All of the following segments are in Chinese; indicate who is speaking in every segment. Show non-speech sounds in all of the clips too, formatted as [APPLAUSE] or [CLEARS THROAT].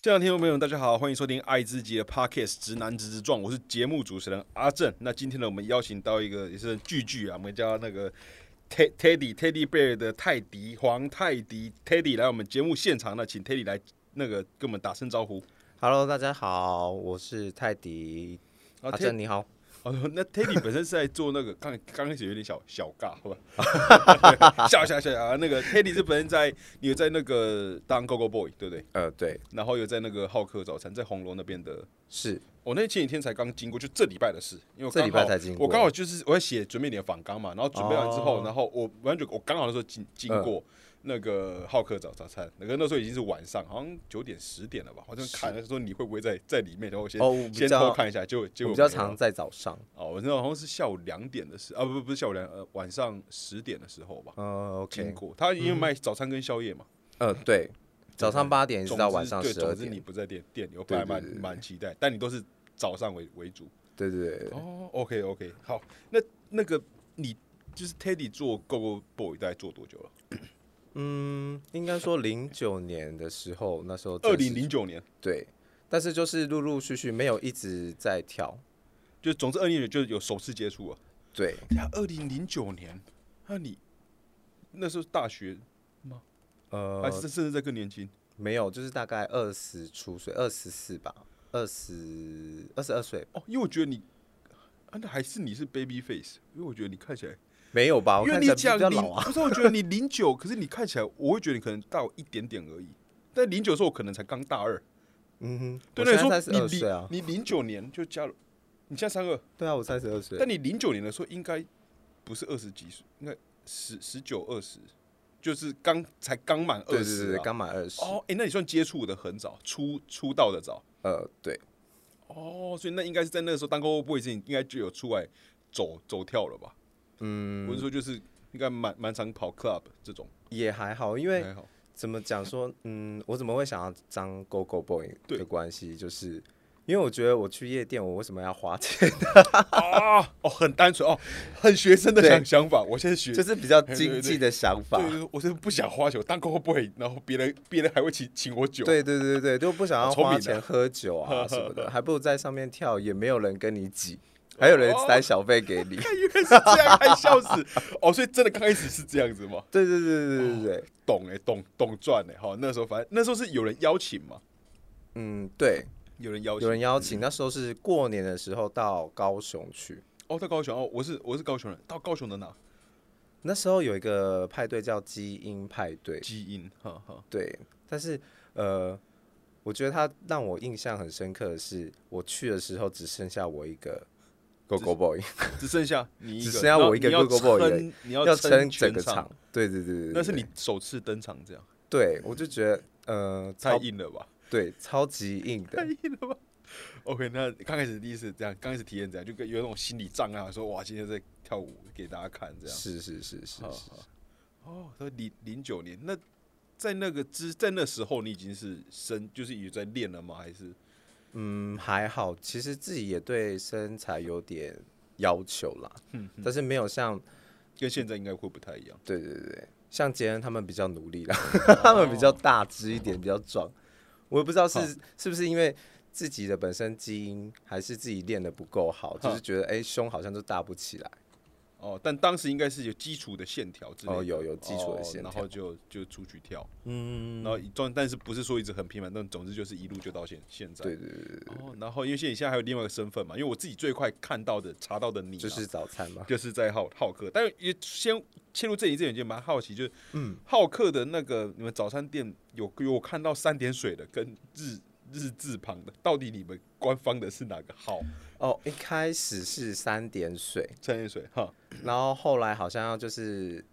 Speaker 1: 这两天众朋友们，大家好，欢迎收听《爱自己的 Podcast》直男直直撞，我是节目主持人阿正。那今天呢，我们邀请到一个也是巨巨啊，我们叫那个 Te- Teddy Teddy Bear 的泰迪黄泰迪 Teddy 来我们节目现场，那请 Teddy 来那个跟我们打声招呼。
Speaker 2: Hello，大家好，我是泰迪。
Speaker 1: 啊
Speaker 2: 阿
Speaker 1: Ted-
Speaker 2: 正你好，
Speaker 1: 哦，那 Teddy 本身是在做那个 [LAUGHS] 刚刚开始有点小小尬，好吧？
Speaker 2: [LAUGHS]
Speaker 1: 笑笑笑啊！那个 Teddy 是本身在你有在那个当 Go Go Boy 对不对？
Speaker 2: 呃，对，
Speaker 1: 然后有在那个浩客早餐，在红楼那边的。
Speaker 2: 是
Speaker 1: 我那前几天才刚经过，就这礼拜的事，因为我刚好
Speaker 2: 这礼拜才经过
Speaker 1: 我刚好就是我在写准备你的访纲嘛，然后准备完之后，
Speaker 2: 哦嗯
Speaker 1: 然后我完全我刚好那时候经经过那个浩客早早餐，那个那时候已经是晚上，好像九点十点了吧，好像看了说你会不会在在里面，然后我先、
Speaker 2: 哦我比
Speaker 1: 先
Speaker 2: 较
Speaker 1: 偷看一下，结果结
Speaker 2: 我
Speaker 1: 果
Speaker 2: 比较
Speaker 1: 没有
Speaker 2: 常在早上，
Speaker 1: 哦，我知道好像是下午两点的事啊，不不是下午两呃晚上十点的时候吧，
Speaker 2: 呃
Speaker 1: 经
Speaker 2: ，OK，
Speaker 1: 过他因为卖早餐跟宵夜嘛，
Speaker 2: 呃，对，早上八点一直
Speaker 1: 总
Speaker 2: 到
Speaker 1: 之
Speaker 2: 晚上
Speaker 1: 对，
Speaker 2: 十二
Speaker 1: 总之你
Speaker 2: 点，
Speaker 1: 不在店店里，我本
Speaker 2: 对
Speaker 1: 来
Speaker 2: 对
Speaker 1: 蛮
Speaker 2: 对对
Speaker 1: 蛮期待，但你都是早上为为主。
Speaker 2: 对对
Speaker 1: [LAUGHS]
Speaker 2: 对，
Speaker 1: 哦，OK OK，好，那那个你就是 Teddy 做 Go Go Boy 大概做多久了？
Speaker 2: 嗯，应该说零九年的时候，那时候正
Speaker 1: 二
Speaker 2: 式
Speaker 1: 零零九年，
Speaker 2: 对，但是就是陆陆续续没有一直在跳，
Speaker 1: 就总之二零年就有首次接触了。
Speaker 2: 对，
Speaker 1: 二零零九年，那你那时候大学还
Speaker 2: 呃，
Speaker 1: 是甚至在更年轻？
Speaker 2: 没有，就是大概二十出岁，二十四吧，二十二十二岁，
Speaker 1: 哦，因为我觉得你。啊，那还是你是 baby face，因为我觉得你看起来，
Speaker 2: 没有吧？我
Speaker 1: 因为
Speaker 2: 哦看
Speaker 1: 你
Speaker 2: 起来
Speaker 1: 讲
Speaker 2: 比较
Speaker 1: 零
Speaker 2: 老，啊，
Speaker 1: 不是，我觉得你零九，可是你看起来，我会觉得你可能大我一点点而已。但零九的时候，我可能才刚大二。
Speaker 2: 嗯哼，
Speaker 1: 对，
Speaker 2: 我
Speaker 1: 那
Speaker 2: 现
Speaker 1: 你说
Speaker 2: 在三十二
Speaker 1: 你
Speaker 2: 岁啊，
Speaker 1: 你零九年就加入，你现在三二，
Speaker 2: 对啊，我三十二岁，
Speaker 1: 但你零九年的时候应该不是二十几岁，应该十十九二十，就是刚才刚满
Speaker 2: 对
Speaker 1: 二
Speaker 2: 对对
Speaker 1: 十啊
Speaker 2: 对，。刚满二十，
Speaker 1: 哦，哎、那你算接触的很早，出出道的早。
Speaker 2: 呃，对，
Speaker 1: 哦，所以那应该是在那个时候当 Go Boy 之前，应该就有出来走走跳了吧？
Speaker 2: 嗯，
Speaker 1: 我是说，就是应该蛮蛮常跑 club 这种，
Speaker 2: 也还好，因为
Speaker 1: 还好。
Speaker 2: 怎么讲说，嗯，我怎么会想要当 Go Go Boy
Speaker 1: 对
Speaker 2: 的关系，就是因为我觉得我去夜店，我为什么要花钱？
Speaker 1: 啊，哦，很单纯哦，很学生的
Speaker 2: 对
Speaker 1: 想想法。我现在学
Speaker 2: [LAUGHS] 就是比较经济的想法。
Speaker 1: 对对对，我是不想花钱，我当 Go Boy，然后别人别人还会请请我酒。
Speaker 2: 对对对对，就不想要
Speaker 1: 好聪明
Speaker 2: 花
Speaker 1: 啊
Speaker 2: 钱喝
Speaker 1: [LAUGHS]
Speaker 2: 酒啊什么的，还不如在上面跳，也没有人跟你挤，还有人塞小费给你。
Speaker 1: 看原来是这样，还笑死！ [LAUGHS] 哦，所以真的刚开始是这样子吗？
Speaker 2: [LAUGHS] 对对对对对对，
Speaker 1: 懂哎、懂懂赚哎、好，那时候反正那时候是有人邀请嘛，
Speaker 2: 嗯，对，
Speaker 1: 有人邀
Speaker 2: 有
Speaker 1: 请。
Speaker 2: 人邀请，那时候是过年的时候到高雄去，
Speaker 1: 哦，到高雄哦，我是我是高雄人，到高雄的哪？
Speaker 2: 那时候有一个派对叫基因派对，
Speaker 1: 基因，哈哈。
Speaker 2: 对，但是呃，我觉得他让我印象很深刻的是，我去的时候只剩下我一个 Go Go Boy，
Speaker 1: 只剩下你一个，
Speaker 2: 只剩下我一个
Speaker 1: 然后
Speaker 2: Go Go Boy 而已
Speaker 1: 你要撑你
Speaker 2: 要撑整
Speaker 1: 全
Speaker 2: 个
Speaker 1: 场
Speaker 2: 场，。对对对对，对
Speaker 1: 那是你首次登场，这样
Speaker 2: 对，我就觉得呃，
Speaker 1: 太
Speaker 2: 超
Speaker 1: 硬了吧？
Speaker 2: 对，超级硬
Speaker 1: 太
Speaker 2: 的，
Speaker 1: 硬了吧？OK，那刚开始第一次这样，刚开始体验这样，就跟有那种心理障碍，说哇，今天在跳舞给大家看这样。
Speaker 2: 是是是是
Speaker 1: 好
Speaker 2: 是，
Speaker 1: 好哦，他零零九年，那在那个之在那时候，你已经是身就是已经在练了吗？还是
Speaker 2: 嗯，还好，其实自己也对身材有点要求啦，
Speaker 1: 嗯
Speaker 2: 但是没有像
Speaker 1: 跟现在应该会不太一样？
Speaker 2: 对对对对，像杰恩他们比较努力啦，
Speaker 1: 哦
Speaker 2: [LAUGHS] 他们比较大只一点，比较壮。我也不知道是是不是因为自己的本身基因，还是自己练的不够好，就是觉得哎、胸好像就大不起来。
Speaker 1: 哦，但当时应该是有基础的线条之类的，
Speaker 2: 哦有有基础的线条
Speaker 1: 哦然后就就出去跳，
Speaker 2: 嗯，
Speaker 1: 然后一段，但是不是说一直很频繁，但总之就是一路就到现现在。
Speaker 2: 对对对对，
Speaker 1: 哦，然后因为现在你现在还有另外一个身份嘛，因为我自己最快看到的查到的你、啊，
Speaker 2: 就是早餐嘛。
Speaker 1: 就是在浩浩克，但也先切入这一点，就蛮好奇，就是嗯，浩克的那个你们早餐店有有我看到三点水的跟日日字旁的，到底你们官方的是哪个号？
Speaker 2: 哦，一开始是三点水，
Speaker 1: 三点水哈，
Speaker 2: 然后后来好像要就是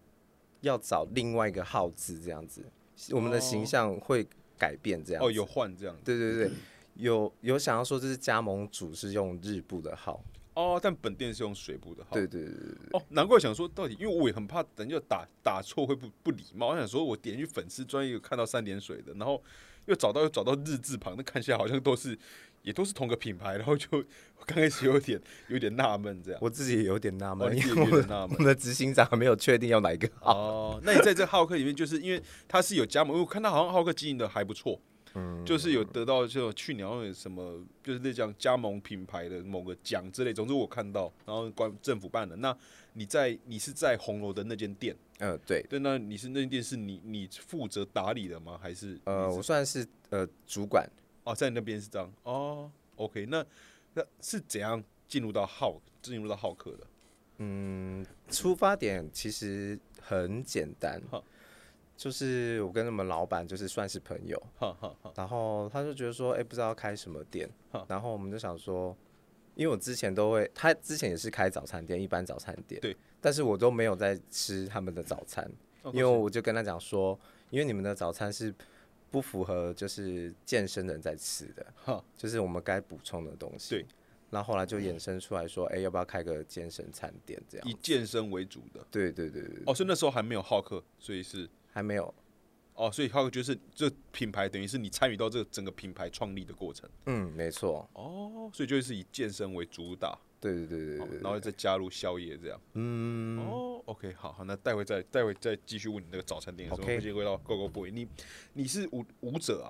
Speaker 2: 要找另外一个号字这样子，我们的形象会改变这样子。
Speaker 1: 哦，有换这样
Speaker 2: 对对对，有有想要说就是加盟主是用日部的号。
Speaker 1: 哦，但本店是用水部的号，
Speaker 2: 对对对对对，
Speaker 1: 哦，难怪想说到底，因为我也很怕等下打打错会不不礼貌，我想说我点去粉丝专业有看到三点水的，然后又找到又找到日字旁，那看起来好像都是也都是同个品牌，然后就 [LAUGHS] 我刚开始有点有点纳闷这样。
Speaker 2: 我自己也有点纳
Speaker 1: 哦
Speaker 2: 闷，
Speaker 1: 你自己
Speaker 2: 因
Speaker 1: 也
Speaker 2: 为我
Speaker 1: 有点
Speaker 2: 们
Speaker 1: 纳闷
Speaker 2: 我们的执行长还没有确定要哪一个号。
Speaker 1: 哦，那你在这浩克里面，就是因为他是有加盟，因为我看他好像浩克经营的还不错，
Speaker 2: 嗯
Speaker 1: 就是有得到就去年好像有什么，就是那奖加盟品牌的某个奖之类，总之我看到，然后关政府办的。那你在你是在红楼的那间店，
Speaker 2: 呃，对，
Speaker 1: 对，那你是那间店是你你负责打理的吗？还是
Speaker 2: 呃，
Speaker 1: 你
Speaker 2: 我
Speaker 1: 是
Speaker 2: 算是呃主管，
Speaker 1: 哦在你那边是这样哦，OK，那那是怎样进入到浩进入到浩克的？
Speaker 2: 嗯，出发点其实很简单
Speaker 1: 好，
Speaker 2: 就是我跟他们老板就是算是朋友，
Speaker 1: 哈哈哈，
Speaker 2: 然后他就觉得说，哎、不知道要开什么店
Speaker 1: 好，
Speaker 2: 然后我们就想说，因为我之前都会，他之前也是开早餐店，一般早餐店，
Speaker 1: 对，
Speaker 2: 但是我都没有在吃他们的早餐，
Speaker 1: 哦
Speaker 2: 因为我就跟他讲说，因为你们的早餐是不符合就是健身人在吃的，
Speaker 1: 哈
Speaker 2: 就是我们该补充的东西，
Speaker 1: 哦对。
Speaker 2: 然后后来就衍生出来说，哎、要不要开个健身餐店这样？
Speaker 1: 以健身为主的
Speaker 2: 对对对对，对
Speaker 1: 哦，所以那时候还没有浩克，所以是
Speaker 2: 还没有，
Speaker 1: 哦，所以浩克就是这品牌等于是你参与到这个整个品牌创立的过程。
Speaker 2: 嗯，没错，
Speaker 1: 哦，所以就是以健身为主打，
Speaker 2: 对对对对
Speaker 1: 好
Speaker 2: 对对，
Speaker 1: 然后再加入宵夜这样。
Speaker 2: 嗯，
Speaker 1: 哦，OK，好好，那待会再待会再继续问你那个早餐店的时候，
Speaker 2: OK
Speaker 1: 会接回到 Go Go Boy，你你是舞舞者啊，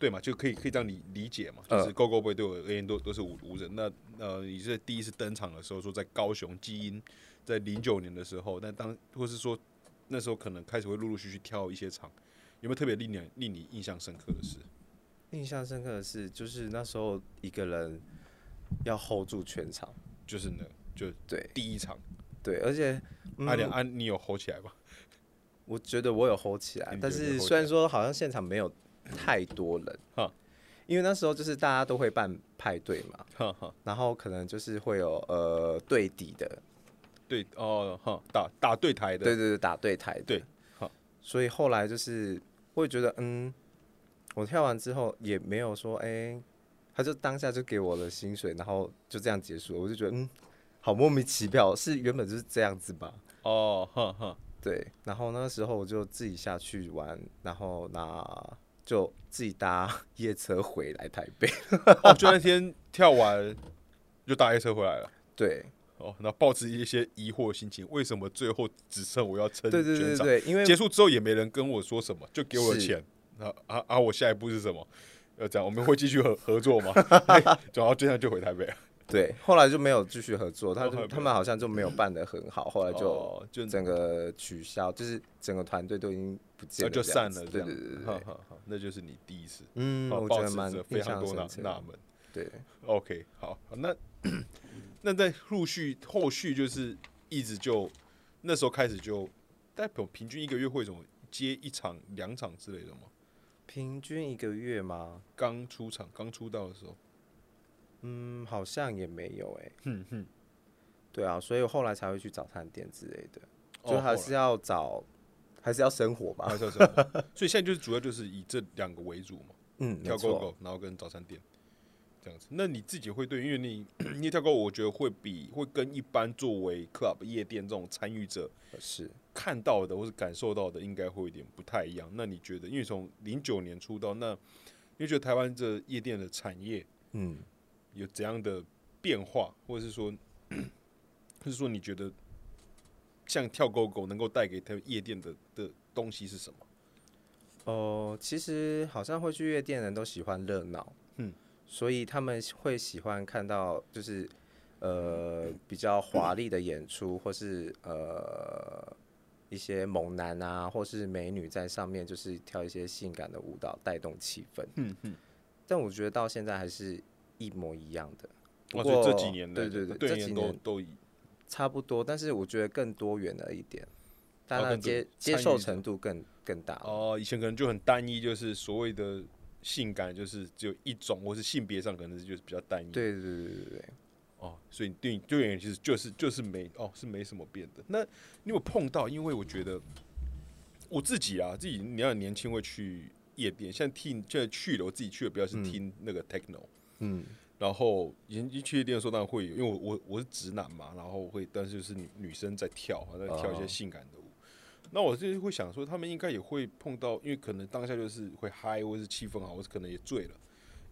Speaker 1: 对嘛？就可以可以让你理解嘛，就
Speaker 2: 呃
Speaker 1: 是 Go Go Boy 对我而言都都是舞舞者。那呃，你是第一次登场的时候说在高雄基因，在零九年的时候，那当或是说那时候可能开始会陆陆续续跳一些场，有没有特别令你令你印象深刻的事？
Speaker 2: 印象深刻的是，就是那时候一个人要 hold 住全场，
Speaker 1: 就是呢，就
Speaker 2: 对
Speaker 1: 第一场，
Speaker 2: 对，而且、嗯
Speaker 1: 阿良安你有吼起来 [LAUGHS] 吧？
Speaker 2: 我觉得我有 hold 起来
Speaker 1: 你，
Speaker 2: 但
Speaker 1: 觉得有
Speaker 2: 是
Speaker 1: hold
Speaker 2: 虽然说好像现场没有太多人
Speaker 1: 哈，
Speaker 2: 因为那时候就是大家都会办派对嘛，
Speaker 1: 哈哈，
Speaker 2: 然后可能就是会有呃对底的，
Speaker 1: 对哦，哈，打打对台的，
Speaker 2: 对对对，打对台的，
Speaker 1: 对好
Speaker 2: 所以后来就是我也觉得，嗯，我跳完之后也没有说，哎、他就当下就给我的薪水，然后就这样结束了，我就觉得，嗯，好莫名其妙，是原本就是这样子吧？
Speaker 1: 哦，哈哈，
Speaker 2: 对，然后那个时候我就自己下去玩，然后拿就自己搭夜车回来台北，
Speaker 1: 哦，就那天跳完就搭夜车回来了。
Speaker 2: 对，
Speaker 1: 哦，那抱持一些疑惑心情，为什么最后只剩我要撑
Speaker 2: 对对
Speaker 1: 全
Speaker 2: 对
Speaker 1: 场？
Speaker 2: 对，因为
Speaker 1: 结束之后也没人跟我说什么，就给我
Speaker 2: 是
Speaker 1: 钱。那啊啊，我下一步是什么？要这样，我们会继续合合作
Speaker 2: [LAUGHS]
Speaker 1: 吗？哎然后这样就回台北了。
Speaker 2: 对后来就没有继续合作，他
Speaker 1: 后来没有
Speaker 2: 就他们好像就没有办得很好，后来就。
Speaker 1: 哦就
Speaker 2: 整个取消，就是整个团队都已经不
Speaker 1: 那
Speaker 2: 见了，
Speaker 1: 呃就
Speaker 2: 这
Speaker 1: 散
Speaker 2: 样
Speaker 1: 了
Speaker 2: 子，
Speaker 1: 这
Speaker 2: 对
Speaker 1: 样
Speaker 2: 对
Speaker 1: 子。
Speaker 2: 对对
Speaker 1: 好
Speaker 2: 对，
Speaker 1: 好好，那就是你第一次。
Speaker 2: 嗯，
Speaker 1: 好
Speaker 2: 我觉
Speaker 1: 抱
Speaker 2: 得
Speaker 1: 持
Speaker 2: 蛮
Speaker 1: 着非
Speaker 2: 印
Speaker 1: 常
Speaker 2: 象
Speaker 1: 多纳
Speaker 2: 深刻
Speaker 1: 纳
Speaker 2: 的。
Speaker 1: 闷。
Speaker 2: 对，
Speaker 1: OK，好，那那在陆续后续就是一直就那时候开始就，代表平均一个月会总接一场两场之类的嘛。
Speaker 2: 平均一个月吗？
Speaker 1: 刚出场刚出道的时候，
Speaker 2: 嗯，好像也没有哎、
Speaker 1: 哼哼，
Speaker 2: 对啊，所以我后来才会去早餐店之类的，
Speaker 1: 哦
Speaker 2: 就还是要找，还是要生活
Speaker 1: 后来
Speaker 2: 吧。
Speaker 1: 还是要这样嘛所以现在就是主要就是以这两个为主嘛，
Speaker 2: 嗯，
Speaker 1: 跳
Speaker 2: 没
Speaker 1: 狗
Speaker 2: 错。
Speaker 1: 狗，然后跟早餐店这样子。那你自己会对，因为你 [COUGHS] 因为跳狗，我觉得会比会跟一般作为 club 夜店这种参与者
Speaker 2: 是，
Speaker 1: 看到的或是感受到的，应该会有点不太一样。那你觉得，因为从零九年出道，那你觉得台湾这夜店的产业
Speaker 2: 嗯，
Speaker 1: 有怎样的变化，或者是说， [COUGHS] 就是说你觉得像跳狗狗能够带给他夜店的的东西是什么？
Speaker 2: 哦，其实好像会去夜店的人都喜欢热闹，
Speaker 1: 嗯，
Speaker 2: 所以他们会喜欢看到就是呃比较华丽的演出，或是呃一些猛男啊，或是美女在上面就是跳一些性感的舞蹈，带动气氛。
Speaker 1: 嗯嗯，
Speaker 2: 但我觉得到现在还是一模一样的，不
Speaker 1: 哦，所以这
Speaker 2: 过
Speaker 1: 几年来
Speaker 2: 对对对
Speaker 1: 对
Speaker 2: 这
Speaker 1: 年
Speaker 2: 几
Speaker 1: 都
Speaker 2: 年
Speaker 1: 都以
Speaker 2: 差不多，但是我觉得更多元了一点，大
Speaker 1: 哦
Speaker 2: 家
Speaker 1: 更
Speaker 2: 的
Speaker 1: 多
Speaker 2: 接接
Speaker 1: 参与
Speaker 2: 受
Speaker 1: 者
Speaker 2: 程度更更大了。
Speaker 1: 哦，以前可能就很单一，就是所谓的性感，就是只有一种，或是性别上可能就是比较单一。
Speaker 2: 对对对对对。
Speaker 1: 哦，所以你对你对演员其实就是就是没哦是没什么变的。那你有碰到？因为我觉得我自己啊，自己你要年轻会去夜店，现在听现在去了，我自己去的比较是听那个 techno，、
Speaker 2: 嗯，
Speaker 1: 然后以前一去夜店的时候当然会有，因为我我我是直男嘛，然后会但是就是女女生在跳，在跳一些
Speaker 2: 哦
Speaker 1: 性感的舞。那我就是会想说，他们应该也会碰到，因为可能当下就是会嗨，或是气氛好，或是可能也醉了，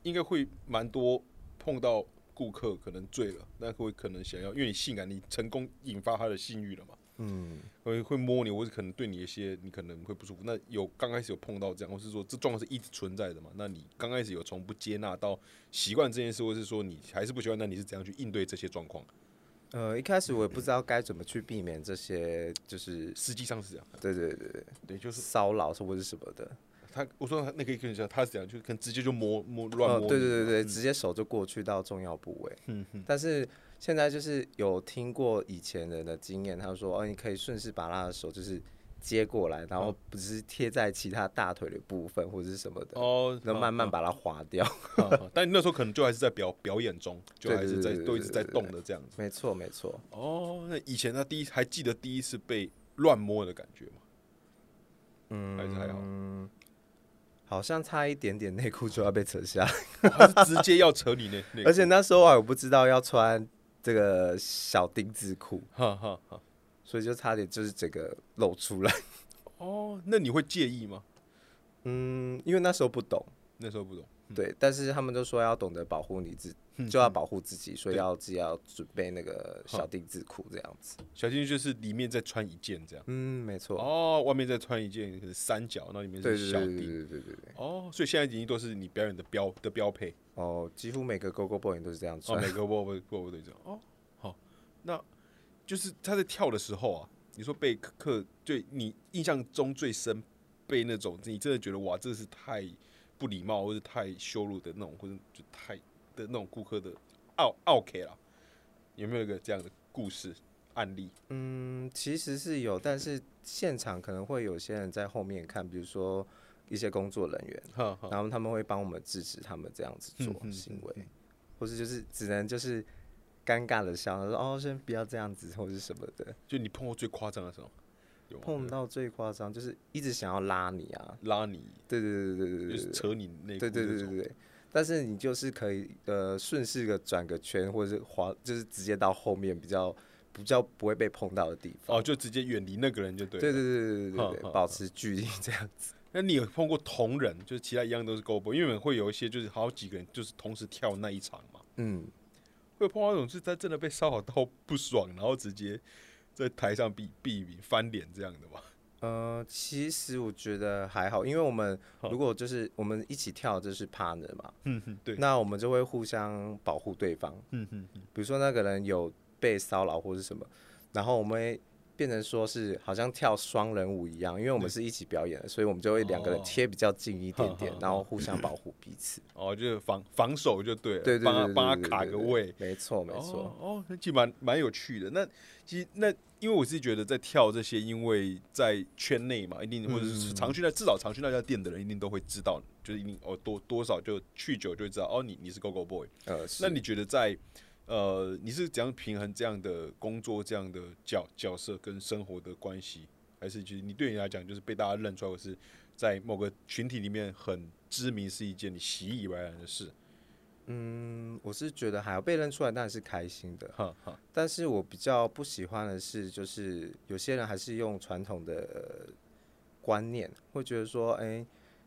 Speaker 1: 应该会蛮多碰到顾客可能醉了，那会可能想要，因为你性感，你成功引发他的性欲了嘛，嗯，会会摸你，或者可能对你一些你可能会不舒服。那有刚开始有碰到这样，或是说这状况是一直存在的嘛？那你刚开始有从不接纳到习惯这件事，或是说你还是不习惯，那你是怎样去应对这些状况？
Speaker 2: 呃，一开始我也不知道该怎么去避免这些，就是
Speaker 1: 实际上是这样，
Speaker 2: 对对对对，
Speaker 1: 对，就是
Speaker 2: 骚扰或者是什么的。
Speaker 1: 他，我说他那个一个人讲，他是这样，就是可能直接就摸摸
Speaker 2: 哦
Speaker 1: 乱，摸你嘛、嗯
Speaker 2: 对对对对，直接手就过去到重要部位。但是现在就是有听过以前人的经验，他们说哦，你可以顺势把他的手就是接过来，然
Speaker 1: 嗯
Speaker 2: 后不是贴在其他大腿的部分或者是什么的，
Speaker 1: 哦，
Speaker 2: 然后慢慢把它划掉。
Speaker 1: 啊啊但那时候可能就还是在表表演中，就
Speaker 2: 对
Speaker 1: 还是
Speaker 2: 对
Speaker 1: 在
Speaker 2: 对对
Speaker 1: 都一直
Speaker 2: 对
Speaker 1: 在
Speaker 2: 对
Speaker 1: 动的这样子。
Speaker 2: 没错没错，
Speaker 1: 哦，那以前他第一还记得第一次被乱摸的感觉吗？嗯，还是还好，
Speaker 2: [LAUGHS] 好像差一点点内裤就要被扯下来，
Speaker 1: 他是直接要扯你那那，
Speaker 2: 而且那时候我不知道要穿这个小丁字裤，
Speaker 1: 哈哈哈。
Speaker 2: 所以就差点就是整个露出
Speaker 1: [LAUGHS]
Speaker 2: 来。
Speaker 1: 哦，那你会介意吗？
Speaker 2: 嗯，因为那时候不懂。
Speaker 1: 那时候不懂。
Speaker 2: 对，但是他们都说要懂得保护你自，
Speaker 1: 嗯
Speaker 2: 就要保护自己，所以要自己要准备那个小丁字裤这样子。
Speaker 1: 小心就是里面再穿一件这样，
Speaker 2: 嗯，没错，
Speaker 1: 哦，外面再穿一件可能三角，那里面
Speaker 2: 对
Speaker 1: 是
Speaker 2: 对
Speaker 1: 小
Speaker 2: 对
Speaker 1: 丁。
Speaker 2: 对对对对对。
Speaker 1: 哦，所以现在已经都是你表演的标的标配。
Speaker 2: 哦，几乎每个 Go Go Boy 都是这样
Speaker 1: 哦，
Speaker 2: 穿。
Speaker 1: 每个波波波波队长。哦，好，那就是他在跳的时候啊，你说被克克对你印象中最深被那种你真的觉得哇，这是太不礼貌，或是太羞辱的那种，或者就太的那种顾客的傲傲 K 啦，有没有一个这样的故事案例？
Speaker 2: 嗯，其实是有，但是现场可能会有些人在后面看，比如说一些工作人员，
Speaker 1: 哈哈，
Speaker 2: 然后他们会帮我们制止他们这样子做行为，或是就是只能就是尴尬的笑，说哦，先不要这样子，或是什么的。
Speaker 1: 就你碰过最夸张的时候，有吗
Speaker 2: 碰到最夸张就是一直想要拉你啊，
Speaker 1: 拉你，
Speaker 2: 对对对对对对
Speaker 1: 就
Speaker 2: 对
Speaker 1: 是扯你内裤
Speaker 2: 对对
Speaker 1: 那
Speaker 2: 对
Speaker 1: 种
Speaker 2: 对对。但是你就是可以呃顺势的转个圈，或者是滑，就是直接到后面比较比较不会被碰到的地方。
Speaker 1: 哦，就直接远离那个人就对了。
Speaker 2: 对对对对对对
Speaker 1: 哼哼
Speaker 2: 对，保持距离这样子。
Speaker 1: 那你有碰过同人，就是其他一样都是 g o b o 因为我们会有一些就是好几个人就是同时跳那一场嘛，
Speaker 2: 嗯，
Speaker 1: 会有碰到那种是他真的被骚扰到不爽，然后直接在台上比比一比翻脸这样的吧？
Speaker 2: 呃，其实我觉得还好，因为我们如果就是我们一起跳，就是 partner 嘛，
Speaker 1: 嗯哼，对，
Speaker 2: 那我们就会互相保护对方。
Speaker 1: 嗯哼哼，
Speaker 2: 比如说那个人有被骚扰或是什么，然后我们会变成说是好像跳双人舞一样，因为我们是一起表演的，所以我们就会两个人贴比较近一点 [LAUGHS] 点，然后互相保护彼此。
Speaker 1: 哦，就是防防守就对了，
Speaker 2: 对对
Speaker 1: 帮他
Speaker 2: 对，
Speaker 1: 帮
Speaker 2: 对
Speaker 1: 他卡个位，，
Speaker 2: 对对没错没
Speaker 1: 哦
Speaker 2: 错。，
Speaker 1: 哦那其实蛮蛮有趣的。那其实那因为我是觉得在跳这些，因为在圈内嘛，一定或者是
Speaker 2: 嗯
Speaker 1: 常去那至少常去那家店的人，一定都会知道，就是一定哦多多少就去久就会知道哦，你你是 Go Go Boy。
Speaker 2: 呃，
Speaker 1: 那
Speaker 2: 是
Speaker 1: 你觉得在呃你是怎样平衡这样的工作、这样的角角色跟生活的关系？还是就是你对你来讲，就是被大家认出来，或是在某个群体里面很知名，是一件你习以为然的事？
Speaker 2: 嗯，我是觉得还好被认出来当然是开心的，
Speaker 1: 哈哈，
Speaker 2: 但是我比较不喜欢的是，就是有些人还是用传统的呃观念，会觉得说，哎、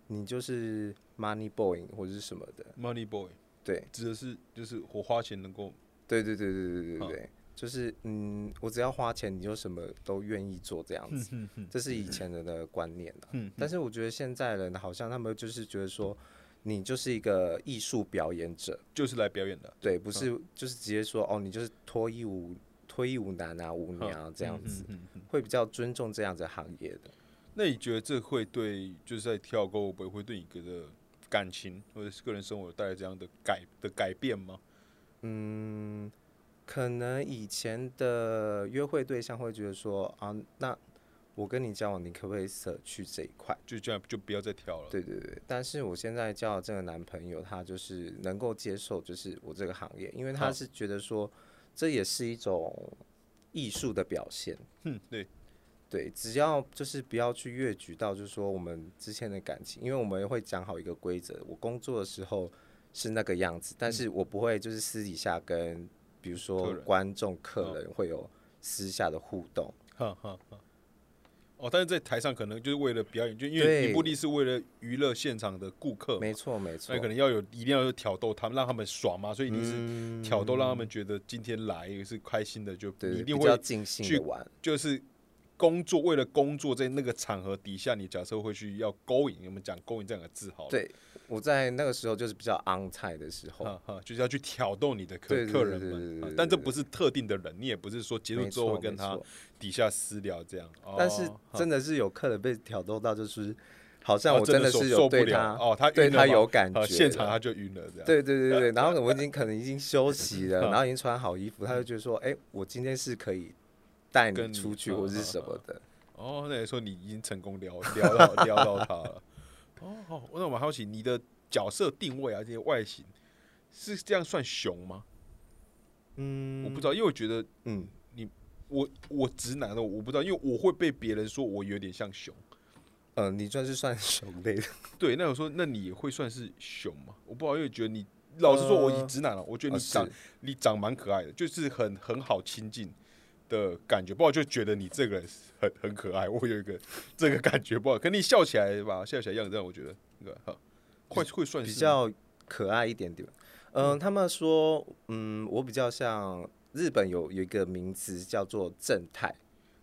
Speaker 2: 你就是 money boy 或者是什么的，
Speaker 1: [LAUGHS] Money Boy
Speaker 2: 对，
Speaker 1: 指的是就是我花钱能够
Speaker 2: 对对对对对对对，就是嗯，我只要花钱，你就什么都愿意做这样子，这是以前人的观念啊。但是我觉得现在人好像他们就是觉得说，你就是一个艺术表演者，
Speaker 1: 就是来表演的。
Speaker 2: 对，不是就是直接说哦，你就是脱衣舞脱衣舞男啊舞娘啊这样
Speaker 1: 嗯
Speaker 2: 子，会比较尊重这样子的行业的。
Speaker 1: 那你觉得这会对就是在跳购不会对你个的感情或者是个人生活带来这样的改的改变吗？
Speaker 2: 可能以前的约会对象会觉得说啊，那我跟你交往，你可不可以舍去这一块？
Speaker 1: 就这样就不要再跳了。
Speaker 2: 对对对，但是我现在交的这个男朋友，他就是能够接受，就是我这个行业，因为他
Speaker 1: 好
Speaker 2: 是觉得说这也是一种艺术的表现。
Speaker 1: 哼，嗯对，
Speaker 2: 对，只要就是不要去越矩到，就是说我们之前的感情，因为我们会讲好一个规则，我工作的时候是那个样子，但是我不会就是私底下跟比
Speaker 1: 嗯客
Speaker 2: 如说
Speaker 1: 人哦
Speaker 2: 观众、客人会有私下的互动。
Speaker 1: 哈哈哈。 [LAUGHS] 哦，但是在台上可能就是为了表演，就因为
Speaker 2: 对
Speaker 1: 你目的是为了娱乐现场的顾客嘛，
Speaker 2: 没错，没错
Speaker 1: 哦那。可能要有一定要有挑逗他们，让他们爽嘛，所以你是挑逗让他们觉得今天来是开心的，就
Speaker 2: 对
Speaker 1: 你一
Speaker 2: 嗯对，
Speaker 1: 定
Speaker 2: 比
Speaker 1: 会
Speaker 2: 较尽兴
Speaker 1: 去哦
Speaker 2: 的玩，
Speaker 1: 就是工作为了工作在那个场合底下，你假设会去要勾引，我们讲勾引这两个字好了，
Speaker 2: 对，我在那个时候就是比较 on 菜的时候，
Speaker 1: 哈哈，就是要去挑逗你的客
Speaker 2: 对对
Speaker 1: 客人
Speaker 2: 对对对
Speaker 1: 们，
Speaker 2: 对
Speaker 1: 啊
Speaker 2: 对
Speaker 1: 但这不是特定的人，你也不是说结束
Speaker 2: 没
Speaker 1: 之后
Speaker 2: 错
Speaker 1: 会跟
Speaker 2: 没
Speaker 1: 他
Speaker 2: 错
Speaker 1: 底下私聊这样，哦
Speaker 2: 但是
Speaker 1: 哈
Speaker 2: 真的是有客人被挑逗到，就是好
Speaker 1: 然
Speaker 2: 像
Speaker 1: 后
Speaker 2: 我
Speaker 1: 哦啊真
Speaker 2: 的
Speaker 1: 受
Speaker 2: 是
Speaker 1: 受
Speaker 2: 有
Speaker 1: 不
Speaker 2: 对
Speaker 1: 了
Speaker 2: 他，
Speaker 1: 哦，他
Speaker 2: 对
Speaker 1: 晕了
Speaker 2: 他
Speaker 1: 嘛
Speaker 2: 有感
Speaker 1: 啊
Speaker 2: 觉，
Speaker 1: 现场他就晕了这样，
Speaker 2: 对对对对，然后我已经可能已经休息
Speaker 1: [LAUGHS] 嗯
Speaker 2: 了，然后已经穿好衣服，他就觉得说，哎、我今天是可以带
Speaker 1: 跟
Speaker 2: 你
Speaker 1: 你
Speaker 2: 出去
Speaker 1: 嗯
Speaker 2: 或
Speaker 1: 嗯
Speaker 2: 是什么的。
Speaker 1: 哦，那也说你已经成功撩撩到撩到他了。哦，好，那我蛮好奇你的角色定位啊，这些外形是这样算熊吗？
Speaker 2: 嗯
Speaker 1: 我不知道，因为我觉得
Speaker 2: 嗯，
Speaker 1: 我我直男的我不知道，因为我会被别人说我有点像熊。
Speaker 2: 呃，你算是算熊
Speaker 1: [LAUGHS]
Speaker 2: 类的，
Speaker 1: 对，那我说那你也会算是熊吗？我不好，因为觉得你老实说，我以
Speaker 2: 呃
Speaker 1: 直男了、我觉得
Speaker 2: 啊
Speaker 1: 你长、
Speaker 2: 是
Speaker 1: 你长蛮可爱的，就是很很好亲近的感觉。不好就觉得你这个人很很可爱，我有一个这个感觉不好。可你笑起来吧，笑起来样子让我觉得那个哈会会算是
Speaker 2: 比较可爱一点点。嗯、他们说，嗯，我比较像日本有有一个名词叫做正太，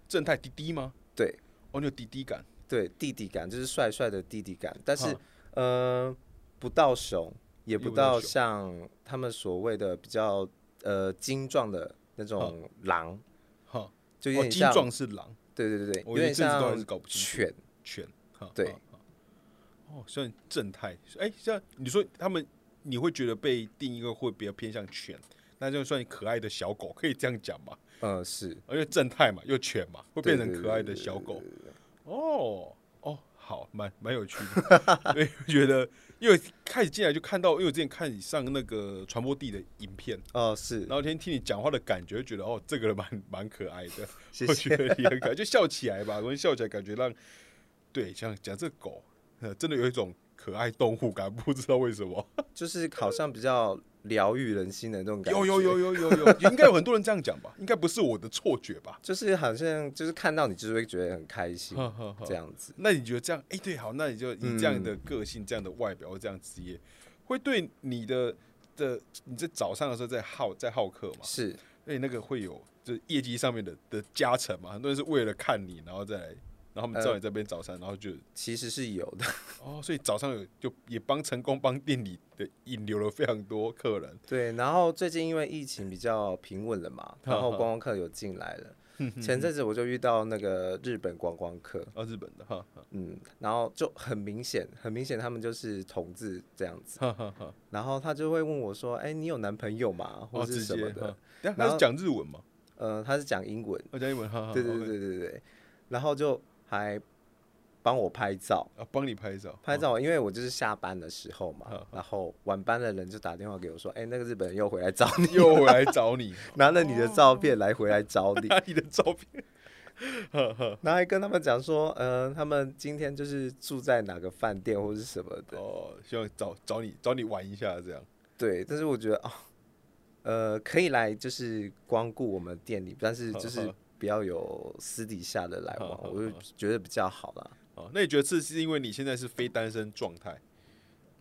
Speaker 1: 正太滴滴吗？
Speaker 2: 对
Speaker 1: 哦，你有滴滴感
Speaker 2: 对，弟弟感就是帅帅的弟弟感，但是
Speaker 1: 哈
Speaker 2: 呃，不到熊，也
Speaker 1: 也
Speaker 2: 不
Speaker 1: 不到
Speaker 2: 到
Speaker 1: 熊
Speaker 2: 像他们所谓的比较呃精壮的那种狼，
Speaker 1: 哈，
Speaker 2: 就
Speaker 1: 嗯
Speaker 2: 有
Speaker 1: 哦，
Speaker 2: 点
Speaker 1: 金
Speaker 2: 像。
Speaker 1: 壮是狼
Speaker 2: 对对对对，
Speaker 1: 我
Speaker 2: 有
Speaker 1: 一
Speaker 2: 点
Speaker 1: 阵子都还
Speaker 2: 像
Speaker 1: 是搞不清楚
Speaker 2: 犬，
Speaker 1: 犬哈，
Speaker 2: 对
Speaker 1: 哈。哈哦，算正太，哎、像你说他们，你会觉得被定一个会比较偏向犬，那就算可爱的小狗，可以这样讲吧？
Speaker 2: 嗯、是
Speaker 1: 而且正太嘛，又犬嘛，会变
Speaker 2: 对
Speaker 1: 成
Speaker 2: 对
Speaker 1: 可爱的
Speaker 2: 对对
Speaker 1: 小
Speaker 2: 对
Speaker 1: 狗
Speaker 2: 对。对
Speaker 1: 哦哦，好，蛮蛮有趣的 [LAUGHS] 。所以我觉得，因为开始进来就看到，因为我之前看你上那个传播地的影片，
Speaker 2: 哦，是
Speaker 1: 然，后天天听你讲话的感觉，就觉得哦，这个人蛮蛮可爱的。
Speaker 2: 谢
Speaker 1: 我
Speaker 2: 谢。
Speaker 1: 觉得也很可爱，就笑起来吧，我们笑起来感觉让对，像讲这狗，呃真的有一种可爱动物感，不知道为什么。
Speaker 2: 就是好像比较疗愈人心的那种感觉。
Speaker 1: 有有有，有有有，应该有很多人这样讲吧，应该不是我的错觉
Speaker 2: [LAUGHS]
Speaker 1: 吧？
Speaker 2: 就是好像就是看到你，就是会觉得很开心
Speaker 1: 呵呵呵
Speaker 2: 这样子。
Speaker 1: 那你觉得这样？哎、对，好，那你就以这样
Speaker 2: 嗯
Speaker 1: 的个性、这样的外表、这样职业，会对你的的你在早上的时候在好在好客嘛？
Speaker 2: 是，
Speaker 1: 哎，那个会有就是业绩上面的的加成嘛？很多人是为了看你，然后再来，然后他们知道你在边早餐，然后就
Speaker 2: 其实是有的。 [LAUGHS]
Speaker 1: 哦，所以早上有就也帮成功帮店里的引流了非常多客人，
Speaker 2: 对，然后最近因为疫情比较平稳了嘛，然后观光客有进来了。前阵子我就遇到那个日本观光客，
Speaker 1: 啊，日本的哈，
Speaker 2: 嗯，然后就很明显，很明显他们就是同志这样子，
Speaker 1: 哈哈哈，
Speaker 2: 然后他就会问我说：“哎、你有男朋友吗？或
Speaker 1: 哦，
Speaker 2: 者
Speaker 1: 直
Speaker 2: 是什
Speaker 1: 接
Speaker 2: 么的？”啊
Speaker 1: 哈，等一下
Speaker 2: 然
Speaker 1: 他是
Speaker 2: 后
Speaker 1: 讲日文嘛？
Speaker 2: 呃，他是讲英文，
Speaker 1: 哦，讲英文，哈哈，
Speaker 2: 对对
Speaker 1: OK
Speaker 2: 对对对，然后就还帮我拍照，
Speaker 1: 啊，帮你拍照，
Speaker 2: 拍
Speaker 1: 哦，
Speaker 2: 照，因为我就是下班的时候
Speaker 1: 嗯
Speaker 2: 嘛，然后晚班的人就打电话给我说，哎、那个日本人又回来找你，
Speaker 1: 哦
Speaker 2: [LAUGHS]
Speaker 1: 又回来找你，
Speaker 2: 拿了你的照片来回来找
Speaker 1: [LAUGHS]
Speaker 2: 你，
Speaker 1: 拿你的照片，
Speaker 2: 然后还跟他们讲说，呃，他们今天就是住在哪个饭店或是什么的，
Speaker 1: 哦，希望找找你找你玩一下这样，
Speaker 2: 对，但是我觉得哦，呃，可以来就是光顾我们店里，但是
Speaker 1: 嗯
Speaker 2: 就是不要有私底下的来往，我就觉得比较好啦。
Speaker 1: 哦，那你觉得这是因为你现在是非单身状态，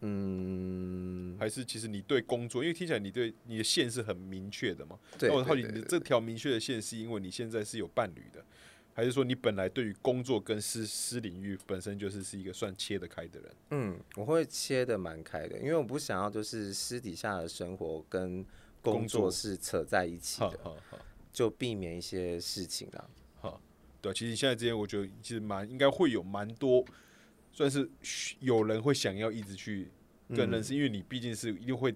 Speaker 2: 嗯，
Speaker 1: 还是其实你对工作，因为听起来你对你的线是很明确的嘛？
Speaker 2: 对
Speaker 1: 那我很好奇，
Speaker 2: 对
Speaker 1: 你
Speaker 2: 对
Speaker 1: 的这条明确的线是因为你现在是有伴侣的，还是说你本来对于工作跟私私领域本身就是是一个算切得开的人？
Speaker 2: 嗯，我会切的蛮开的，因为我不想要就是私底下的生活跟
Speaker 1: 工
Speaker 2: 工
Speaker 1: 作
Speaker 2: 作是扯在一起
Speaker 1: 好
Speaker 2: 的，
Speaker 1: 好好
Speaker 2: 就避免一些事情啦。
Speaker 1: 好，对，啊其实现在之间，我觉得其实蛮应该会有蛮多，算是有人会想要一直去跟认
Speaker 2: 嗯
Speaker 1: 识，因为你毕竟是一定会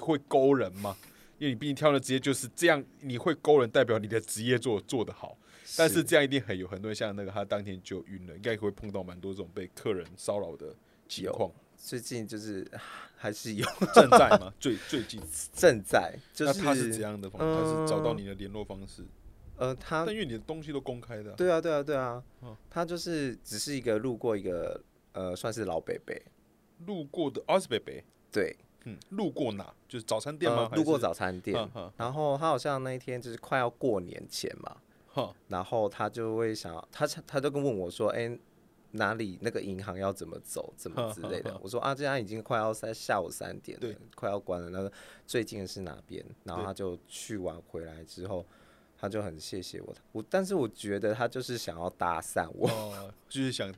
Speaker 1: 会勾人嘛。因为你毕竟挑的职业就是这样，你会勾人，代表你的职业做做得好。但是这样一定很有很多人像那个他当天就晕了，应该会碰到蛮多这种被客人骚扰的情况，
Speaker 2: 最近就是啊还是有 [LAUGHS]
Speaker 1: [LAUGHS] 正在吗？最最近，
Speaker 2: 正在，就
Speaker 1: 那他是怎
Speaker 2: 是
Speaker 1: 样的方式？他是找到你的联络方式？
Speaker 2: 呃，他
Speaker 1: 但因为你的东西都公开的啊、
Speaker 2: 对啊对啊对啊，
Speaker 1: 哦
Speaker 2: 他就是只是一个路过一个呃算是老北北，
Speaker 1: 路过的阿啊斯北北，
Speaker 2: 对，
Speaker 1: 嗯，路过哪？就是早餐店
Speaker 2: 呃
Speaker 1: 吗？还是
Speaker 2: 路过早餐店
Speaker 1: 嗯嗯，
Speaker 2: 然后他好像那一天就是快要过年前嘛，
Speaker 1: 哈
Speaker 2: 然后他就会想要，他他就跟问我说，哎、哪里那个银行要怎么走，怎么之类的。我说啊，这样已经快要三下午三点
Speaker 1: 对
Speaker 2: 了，快要关了。那个最近的是哪边？然后他就去完回来之后，他就很谢谢我，我但是我觉得他就是想要搭讪我，
Speaker 1: 哦，就是想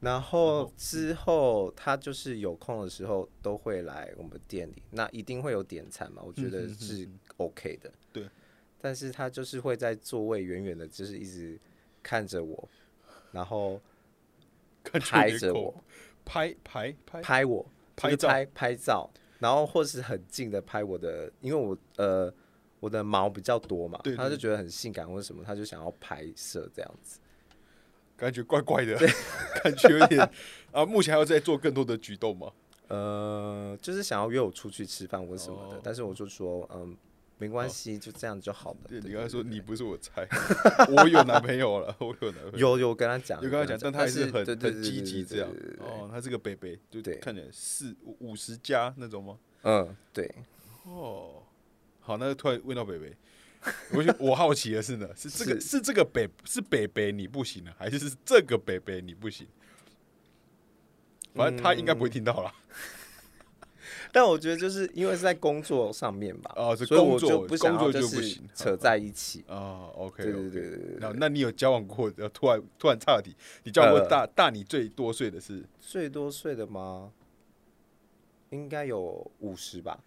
Speaker 2: 然后之后他就是有空的时候都会来我们店里，那一定会有点餐嘛，我觉
Speaker 1: 嗯
Speaker 2: 得是 OK 的。
Speaker 1: 对，
Speaker 2: 但是他就是会在座位远远的，就是一直看着我，然后
Speaker 1: 看住
Speaker 2: 拍
Speaker 1: 你的
Speaker 2: 着
Speaker 1: 口
Speaker 2: 我，
Speaker 1: 拍拍拍，
Speaker 2: 拍我，
Speaker 1: 拍
Speaker 2: 就是
Speaker 1: 照
Speaker 2: 拍拍照，然后或是很近的拍我的，因为我呃我的毛比较多嘛，
Speaker 1: 对对
Speaker 2: 他就觉得很性感或者什么，他就想要拍摄这样子。
Speaker 1: 感觉怪怪的， [LAUGHS] 感觉有点啊。目前还要再做更多的举动吗？
Speaker 2: 呃，就是想要约我出去吃饭或什么的，
Speaker 1: 哦
Speaker 2: 但是我就说，嗯，没关系，就这样就好了。
Speaker 1: 对你
Speaker 2: 对
Speaker 1: 刚才
Speaker 2: 对
Speaker 1: 说你不是我猜， [LAUGHS] 我有男朋友了，我有男朋友，
Speaker 2: 有有跟他讲，
Speaker 1: 哦有跟他讲，但他还是很
Speaker 2: 对对
Speaker 1: 很
Speaker 2: 对
Speaker 1: 积
Speaker 2: 对
Speaker 1: 极
Speaker 2: 对
Speaker 1: 这样
Speaker 2: 对对对。
Speaker 1: 哦，他是个北北，就
Speaker 2: 对
Speaker 1: 看起来四五五十加那种吗？
Speaker 2: 嗯，对，
Speaker 1: 哦，好，那就突然问到北北，我就我好奇的是呢，是这个是这个北是北北你不行呢，啊还是是这个北北你不行？反正他应该
Speaker 2: 嗯
Speaker 1: 不会听到啦。
Speaker 2: 但我觉得就是因为是在工作上面吧，
Speaker 1: 哦是
Speaker 2: 所以
Speaker 1: 工
Speaker 2: 我
Speaker 1: 作
Speaker 2: 就不想
Speaker 1: 工作
Speaker 2: 要
Speaker 1: 就不
Speaker 2: 是
Speaker 1: 行嗯
Speaker 2: 扯在一起。
Speaker 1: 哦，OK，
Speaker 2: 对对对对对
Speaker 1: 那那你有交往过？呃突然突然岔题，你交往过
Speaker 2: 呃
Speaker 1: 大大你最多岁的是
Speaker 2: 最多岁的吗？应该有五十吧，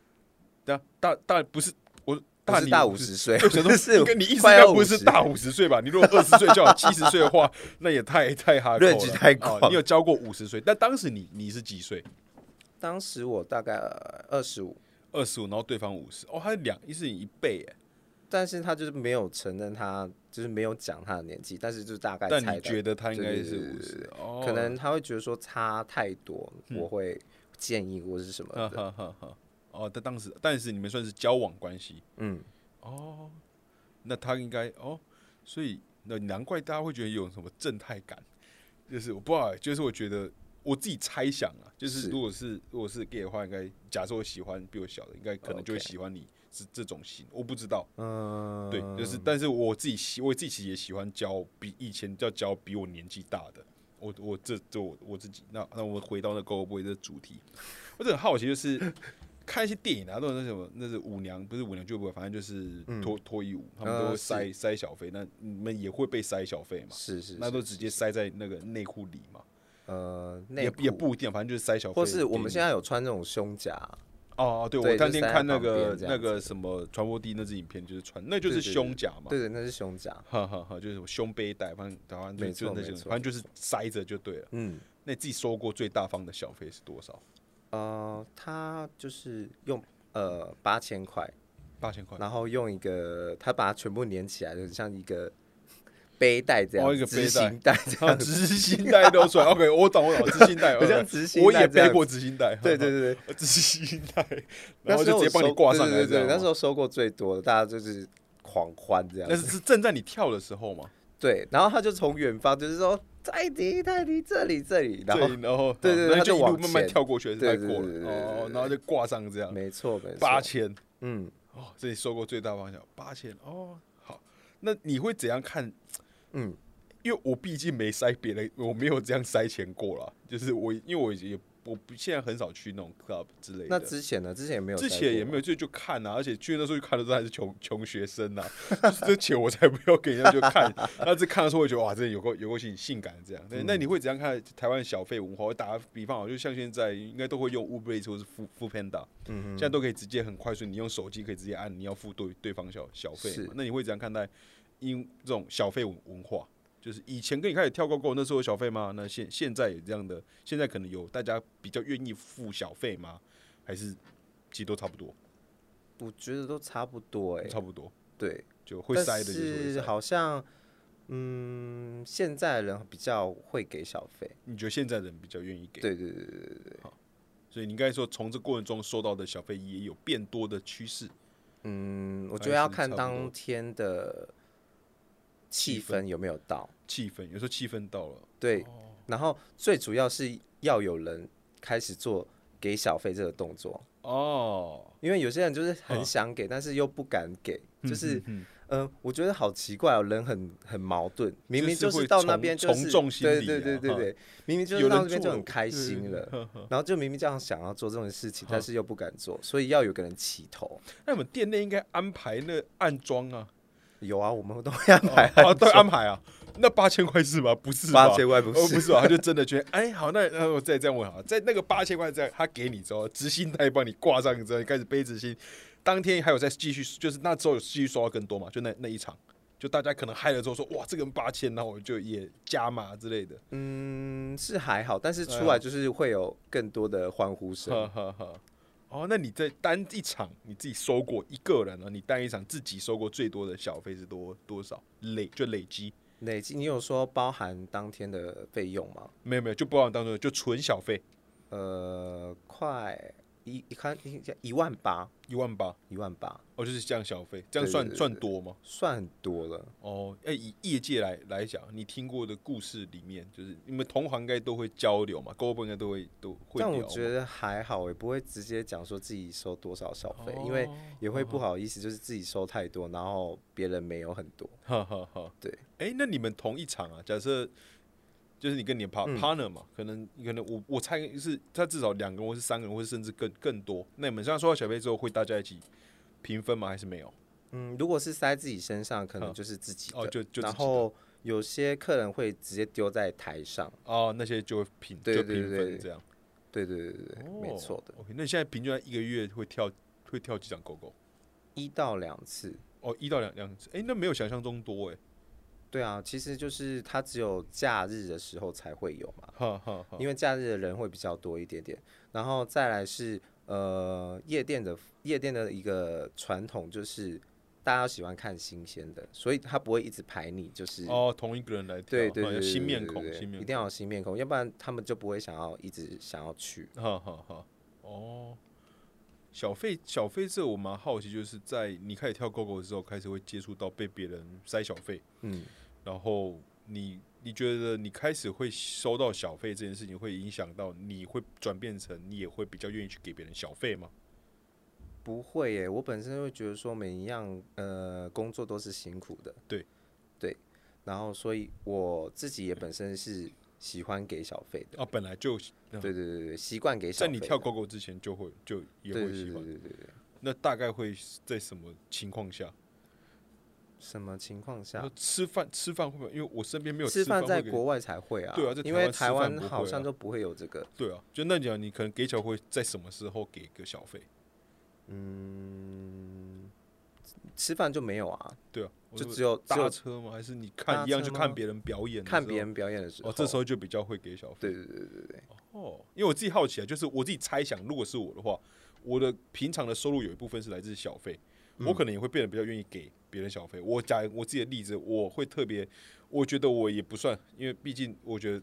Speaker 1: 大大大不是我
Speaker 2: 不
Speaker 1: 大
Speaker 2: 是
Speaker 1: 你
Speaker 2: 大五十岁，
Speaker 1: 我想说
Speaker 2: [LAUGHS] 是
Speaker 1: 跟你意思
Speaker 2: 快
Speaker 1: 应该
Speaker 2: 要
Speaker 1: 不是
Speaker 2: 50
Speaker 1: 大五十岁吧？你如果二十岁叫我七十岁的话，那也太太哈
Speaker 2: Range 太广
Speaker 1: 哦你有交过五十岁，但当时你你是几岁？
Speaker 2: 当时我大概二十五，
Speaker 1: 二十五，然后对方五十，哦，他两一是你一倍耶。
Speaker 2: 但是他就是没有承认他，就是没有讲他的年纪，但是就大概
Speaker 1: 但
Speaker 2: 猜
Speaker 1: 你
Speaker 2: 到
Speaker 1: 觉得他应该
Speaker 2: 对
Speaker 1: 是
Speaker 2: 对对
Speaker 1: 五
Speaker 2: 对
Speaker 1: 十
Speaker 2: 对，
Speaker 1: 哦，嗯
Speaker 2: 可能他会觉得说差太多，我会建议或是什么
Speaker 1: 哈
Speaker 2: 的。
Speaker 1: 哈哈哈。哦，但当时但是你们算是交往关系，
Speaker 2: 嗯，
Speaker 1: 哦，那他应该哦，所以那难怪大家会觉得有什么正太感，就是我不知道欸，就是我觉得我自己猜想啊，就是
Speaker 2: 是
Speaker 1: 如果是如果是 gay 的话，应该假设我喜欢比我小的，应该可能就会喜欢你是这种型，我不知道，
Speaker 2: 嗯，
Speaker 1: 对，就是但是我自己喜我自己其实也喜欢交比以前要交比我年纪大的。我我这这我我自己，那那我们回到那 Go Boy 的主题，我就很好奇，就是
Speaker 2: [LAUGHS]
Speaker 1: 看一些电影啊，都有那什么，那是舞娘，不是舞娘俱乐部，反正就是脱脱衣舞，他们都
Speaker 2: 呃
Speaker 1: 会
Speaker 2: 嗯是
Speaker 1: 塞、塞小费，那你们也会被塞小费嘛？
Speaker 2: 是是
Speaker 1: 那
Speaker 2: 是，
Speaker 1: 都直接塞在那个内裤里嘛？
Speaker 2: 呃，内
Speaker 1: 也也
Speaker 2: 裤，
Speaker 1: 不一定，反正就是塞小费给
Speaker 2: 或
Speaker 1: 你。
Speaker 2: 是我们现在有穿那种胸夹，
Speaker 1: 哦，对
Speaker 2: 对
Speaker 1: 我当
Speaker 2: 就
Speaker 1: 天
Speaker 2: 塞在
Speaker 1: 看那
Speaker 2: 旁边
Speaker 1: 个
Speaker 2: 这样
Speaker 1: 那个什么传播地那支影片，就是穿，那就是
Speaker 2: 对对对
Speaker 1: 胸甲嘛。
Speaker 2: 对对，那是胸夹。
Speaker 1: 哈哈哈，就是什么胸背带，反正反正就
Speaker 2: 没
Speaker 1: 就
Speaker 2: 错
Speaker 1: 那些
Speaker 2: 没，错
Speaker 1: 反正就是塞着就对了。
Speaker 2: 嗯，
Speaker 1: 那你自己收过最大方的小费是多少？
Speaker 2: 呃，他就是用呃八千块，
Speaker 1: 八千块。
Speaker 2: 然后用一个他把它全部粘起来，就很像一个 [LAUGHS] 背带这样，
Speaker 1: 哦一个背带
Speaker 2: [LAUGHS] 执行带
Speaker 1: [LAUGHS]
Speaker 2: 这
Speaker 1: 啊，
Speaker 2: 样。
Speaker 1: 执行带都出来。OK，我 [LAUGHS] 懂我懂，执行带，
Speaker 2: 好像
Speaker 1: OK
Speaker 2: 执行
Speaker 1: 我
Speaker 2: 带
Speaker 1: 也
Speaker 2: 这样
Speaker 1: 背过执行带，
Speaker 2: 对对对对，
Speaker 1: 执行带，然
Speaker 2: 那
Speaker 1: 后
Speaker 2: 时
Speaker 1: 就
Speaker 2: 候
Speaker 1: 直接帮
Speaker 2: 我
Speaker 1: 你
Speaker 2: 收
Speaker 1: 挂上来，
Speaker 2: 对对对，
Speaker 1: 这样
Speaker 2: 那时
Speaker 1: 吗
Speaker 2: 候收过最多的，大家就是狂欢这样
Speaker 1: 那。是是正在你跳的时候嘛？
Speaker 2: 对，然后他就从远方就是说泰迪泰迪这里这里，然
Speaker 1: 对
Speaker 2: 后，
Speaker 1: 然后
Speaker 2: 对对对
Speaker 1: 然后
Speaker 2: 他
Speaker 1: 就
Speaker 2: 就
Speaker 1: 一路
Speaker 2: 往
Speaker 1: 慢慢
Speaker 2: 前
Speaker 1: 跳过去，还是
Speaker 2: 对
Speaker 1: 太
Speaker 2: 对
Speaker 1: 过
Speaker 2: 对对
Speaker 1: 了
Speaker 2: 对对
Speaker 1: 哦，
Speaker 2: 对
Speaker 1: 然后就挂上这样，
Speaker 2: 没错没错，
Speaker 1: 八，千
Speaker 2: 嗯
Speaker 1: 哦，这里收过最大方向八千哦，好，那你会怎样看？
Speaker 2: 嗯，
Speaker 1: 因为我毕竟没塞别人，我没有这样塞钱过啦。就是我因为我也我不现在很少去那种 club 之类的，
Speaker 2: 那之前呢？之前也没有，
Speaker 1: 之前也没有，就就看啊，而且去那时候就看的时候还是穷穷学生呐、啊， [LAUGHS] 这钱我才不要给人家就看， [LAUGHS] 那这看的时候我会觉得哇，这有够有够性性感这样。对，那你会怎样看台湾小费文化？我打个比方啊，就像现在应该都会用 Uber Eats 或是 f o o Panda，
Speaker 2: 嗯哼
Speaker 1: 现在都可以直接很快速，你用手机可以直接按你要付对对方小小费嘛
Speaker 2: 是。
Speaker 1: 那你会怎样看待因这种小费文文化？就是以前跟你开始跳过过，那时候有小费吗？那现现在有这样的，现在可能有大家比较愿意付小费吗？还是其实都差不多？
Speaker 2: 我觉得都差不多哎，
Speaker 1: 差不多
Speaker 2: 对，
Speaker 1: 就会
Speaker 2: 但
Speaker 1: 塞的就是会
Speaker 2: 是
Speaker 1: 塞。
Speaker 2: 好像嗯，现在人比较会给小费，
Speaker 1: 你觉得现在人比较愿意给，
Speaker 2: 对对对对对，
Speaker 1: 所以你应该说从这过程中收到的小费也有变多的趋势。
Speaker 2: 嗯，我
Speaker 1: 还
Speaker 2: 觉得要
Speaker 1: 是
Speaker 2: 看
Speaker 1: 差不多
Speaker 2: 当天的气氛有没有到，
Speaker 1: 气氛有时候气氛到了，
Speaker 2: 对，然后最主要是要有人开始做给小费这个动作，
Speaker 1: 哦，
Speaker 2: 因为有些人就是
Speaker 1: 嗯
Speaker 2: 很想给，但是又不敢给，就是嗯、呃我觉得好奇怪哦，人很很矛盾，明明
Speaker 1: 就是
Speaker 2: 是
Speaker 1: 会
Speaker 2: 到那
Speaker 1: 从
Speaker 2: 边就
Speaker 1: 从
Speaker 2: 是
Speaker 1: 众心理
Speaker 2: 对
Speaker 1: 啊
Speaker 2: 对对对
Speaker 1: 哈
Speaker 2: 对，明明就是
Speaker 1: 有
Speaker 2: 到
Speaker 1: 人
Speaker 2: 那边
Speaker 1: 做
Speaker 2: 就
Speaker 1: 了嗯
Speaker 2: 很开心
Speaker 1: 对对
Speaker 2: 了，然后就明明这样想要做这种事情，但是又不敢做，所以要有个人起头。
Speaker 1: 那你们店内应该安排那暗装啊，
Speaker 2: 有啊，我们都 [LAUGHS] 会安排很
Speaker 1: 啊，
Speaker 2: 久
Speaker 1: 对，安排啊，那八千块是吗？不是
Speaker 2: [LAUGHS]
Speaker 1: 吧，
Speaker 2: 八千块不
Speaker 1: 哦，不
Speaker 2: 是，
Speaker 1: 是吧？他就真的觉得， [LAUGHS] 哎，好，那那我再这样问好了，在那个八千块这样，他给你之后，执行带帮你挂上之后，你开始背执行，当天还有再继续，就是那之后有继续收到更多嘛？就那那一场，就大家可能嗨了之后说，哇，这个人八千，然后我就也加码之类的，
Speaker 2: 嗯，是还好，但是
Speaker 1: 对啊
Speaker 2: 出来就是会有更多的欢呼声。
Speaker 1: 哈哈哈。哦，那你在单一场你自己收过一个人呢？你单一场自己收过最多的小费是多多少累就累积？
Speaker 2: 累计，你有说包含当天的费用吗？
Speaker 1: 没有没有，就不管当中就纯小费
Speaker 2: 呃，快一一看一一万八，
Speaker 1: 一万八，
Speaker 2: 一万八
Speaker 1: 哦，就是这样小费，这样
Speaker 2: 对
Speaker 1: 算
Speaker 2: 对对
Speaker 1: 算多吗？
Speaker 2: 算很多了。
Speaker 1: 哦，哎，以业界来来讲，你听过的故事里面，就是你们同行应该都会交流嘛，沟通应该都会都会
Speaker 2: 但
Speaker 1: 聊嘛。
Speaker 2: 我觉得还好，也不会直接讲说自己收多少小费，因为
Speaker 1: 哦
Speaker 2: 也会不好意思，就是自己收太多，然后别人没有很多。
Speaker 1: 哈哈哈，
Speaker 2: 对。
Speaker 1: 哎、那你们同一场啊？假设就是你跟你的
Speaker 2: 嗯
Speaker 1: par- partner 嘛，可能可能我我猜是他至少两个人或是三个人，或是甚至更更多。那你们这样收到小费之后，会大家一起平分吗？还是没有？
Speaker 2: 嗯，如果是塞自己身上，可能
Speaker 1: 嗯
Speaker 2: 就是自己的。
Speaker 1: 哦，就就自己的
Speaker 2: 然后有些客人会直接丢在台上。
Speaker 1: 哦，那些就会平
Speaker 2: 对
Speaker 1: 就
Speaker 2: 对
Speaker 1: 平
Speaker 2: 对
Speaker 1: 分这样。
Speaker 2: 对对对对对，没错的，
Speaker 1: 哦。OK，那你现在平均一个月会跳会跳几场狗狗？
Speaker 2: 一到两次。
Speaker 1: 哦，一到两两次。哎、那没有想象中多哎、
Speaker 2: 对啊，其实就是它只有假日的时候才会有
Speaker 1: [LAUGHS]
Speaker 2: 嘛，
Speaker 1: 哈哈哈。
Speaker 2: 因为假日的人会比较多一点点。然后再来是呃夜店的夜店的一个传统就是大家喜欢看新鲜的，所以他不会一直排你，就是、
Speaker 1: 哦，同一个人来跳，
Speaker 2: 对对
Speaker 1: 哦
Speaker 2: 对对
Speaker 1: 新
Speaker 2: 对
Speaker 1: 面
Speaker 2: 对
Speaker 1: 孔，
Speaker 2: 对
Speaker 1: 新面
Speaker 2: 一定要有新面孔，要不然他们就不会想要一直想要去。
Speaker 1: 哈哈哈，哦，小费小费这我蛮好奇，就是在你开始跳狗狗之后，开始会接触到被别人塞小费，
Speaker 2: 嗯，
Speaker 1: 然后你你觉得你开始会收到小费这件事情，会影响到你会转变成你也会比较愿意去给别人小费吗？
Speaker 2: 不会耶，我本身会觉得说每一样呃工作都是辛苦的，
Speaker 1: 对
Speaker 2: 对，然后所以我自己也本身是喜欢给小费的，
Speaker 1: 啊，本来就嗯
Speaker 2: 对对对对，习惯给
Speaker 1: 在
Speaker 2: 小费的。
Speaker 1: 你跳狗狗之前就会就也
Speaker 2: 对
Speaker 1: 会
Speaker 2: 对
Speaker 1: 喜
Speaker 2: 对
Speaker 1: 欢，
Speaker 2: 对对对，
Speaker 1: 那大概会在什么情况下？
Speaker 2: 什么情况
Speaker 1: 然
Speaker 2: 下
Speaker 1: 后？吃饭吃饭会不会？因为我身边没有
Speaker 2: 啊吃
Speaker 1: 饭
Speaker 2: 饭在
Speaker 1: 会给
Speaker 2: 国外才会啊，
Speaker 1: 对啊在台
Speaker 2: 因为
Speaker 1: 湾吃
Speaker 2: 台
Speaker 1: 饭
Speaker 2: 湾
Speaker 1: 不会
Speaker 2: 好像
Speaker 1: 啊
Speaker 2: 都不会有这个。
Speaker 1: 对啊，就那你讲，你可能给小费在什么时候给个小费？
Speaker 2: 吃饭就没有啊，
Speaker 1: 对啊，我
Speaker 2: 就
Speaker 1: 说
Speaker 2: 只有只
Speaker 1: 搭
Speaker 2: 有
Speaker 1: 车吗？还是你
Speaker 2: 搭
Speaker 1: 看一样
Speaker 2: 车
Speaker 1: 去
Speaker 2: 吗
Speaker 1: 看别人表演的时候？
Speaker 2: 看别人表演的时候。
Speaker 1: 哦，这时
Speaker 2: 候
Speaker 1: 候就比较会给小费。
Speaker 2: 对对对对对，
Speaker 1: 哦，因为我自己好奇啊，就是我自己猜想，如果是我的话，我的平常的收入有一部分是来自小费，
Speaker 2: 嗯
Speaker 1: 我可能也会变得比较愿意给别人小费。我讲我自己的例子，我会特别，我觉得我也不算，因为毕竟我觉得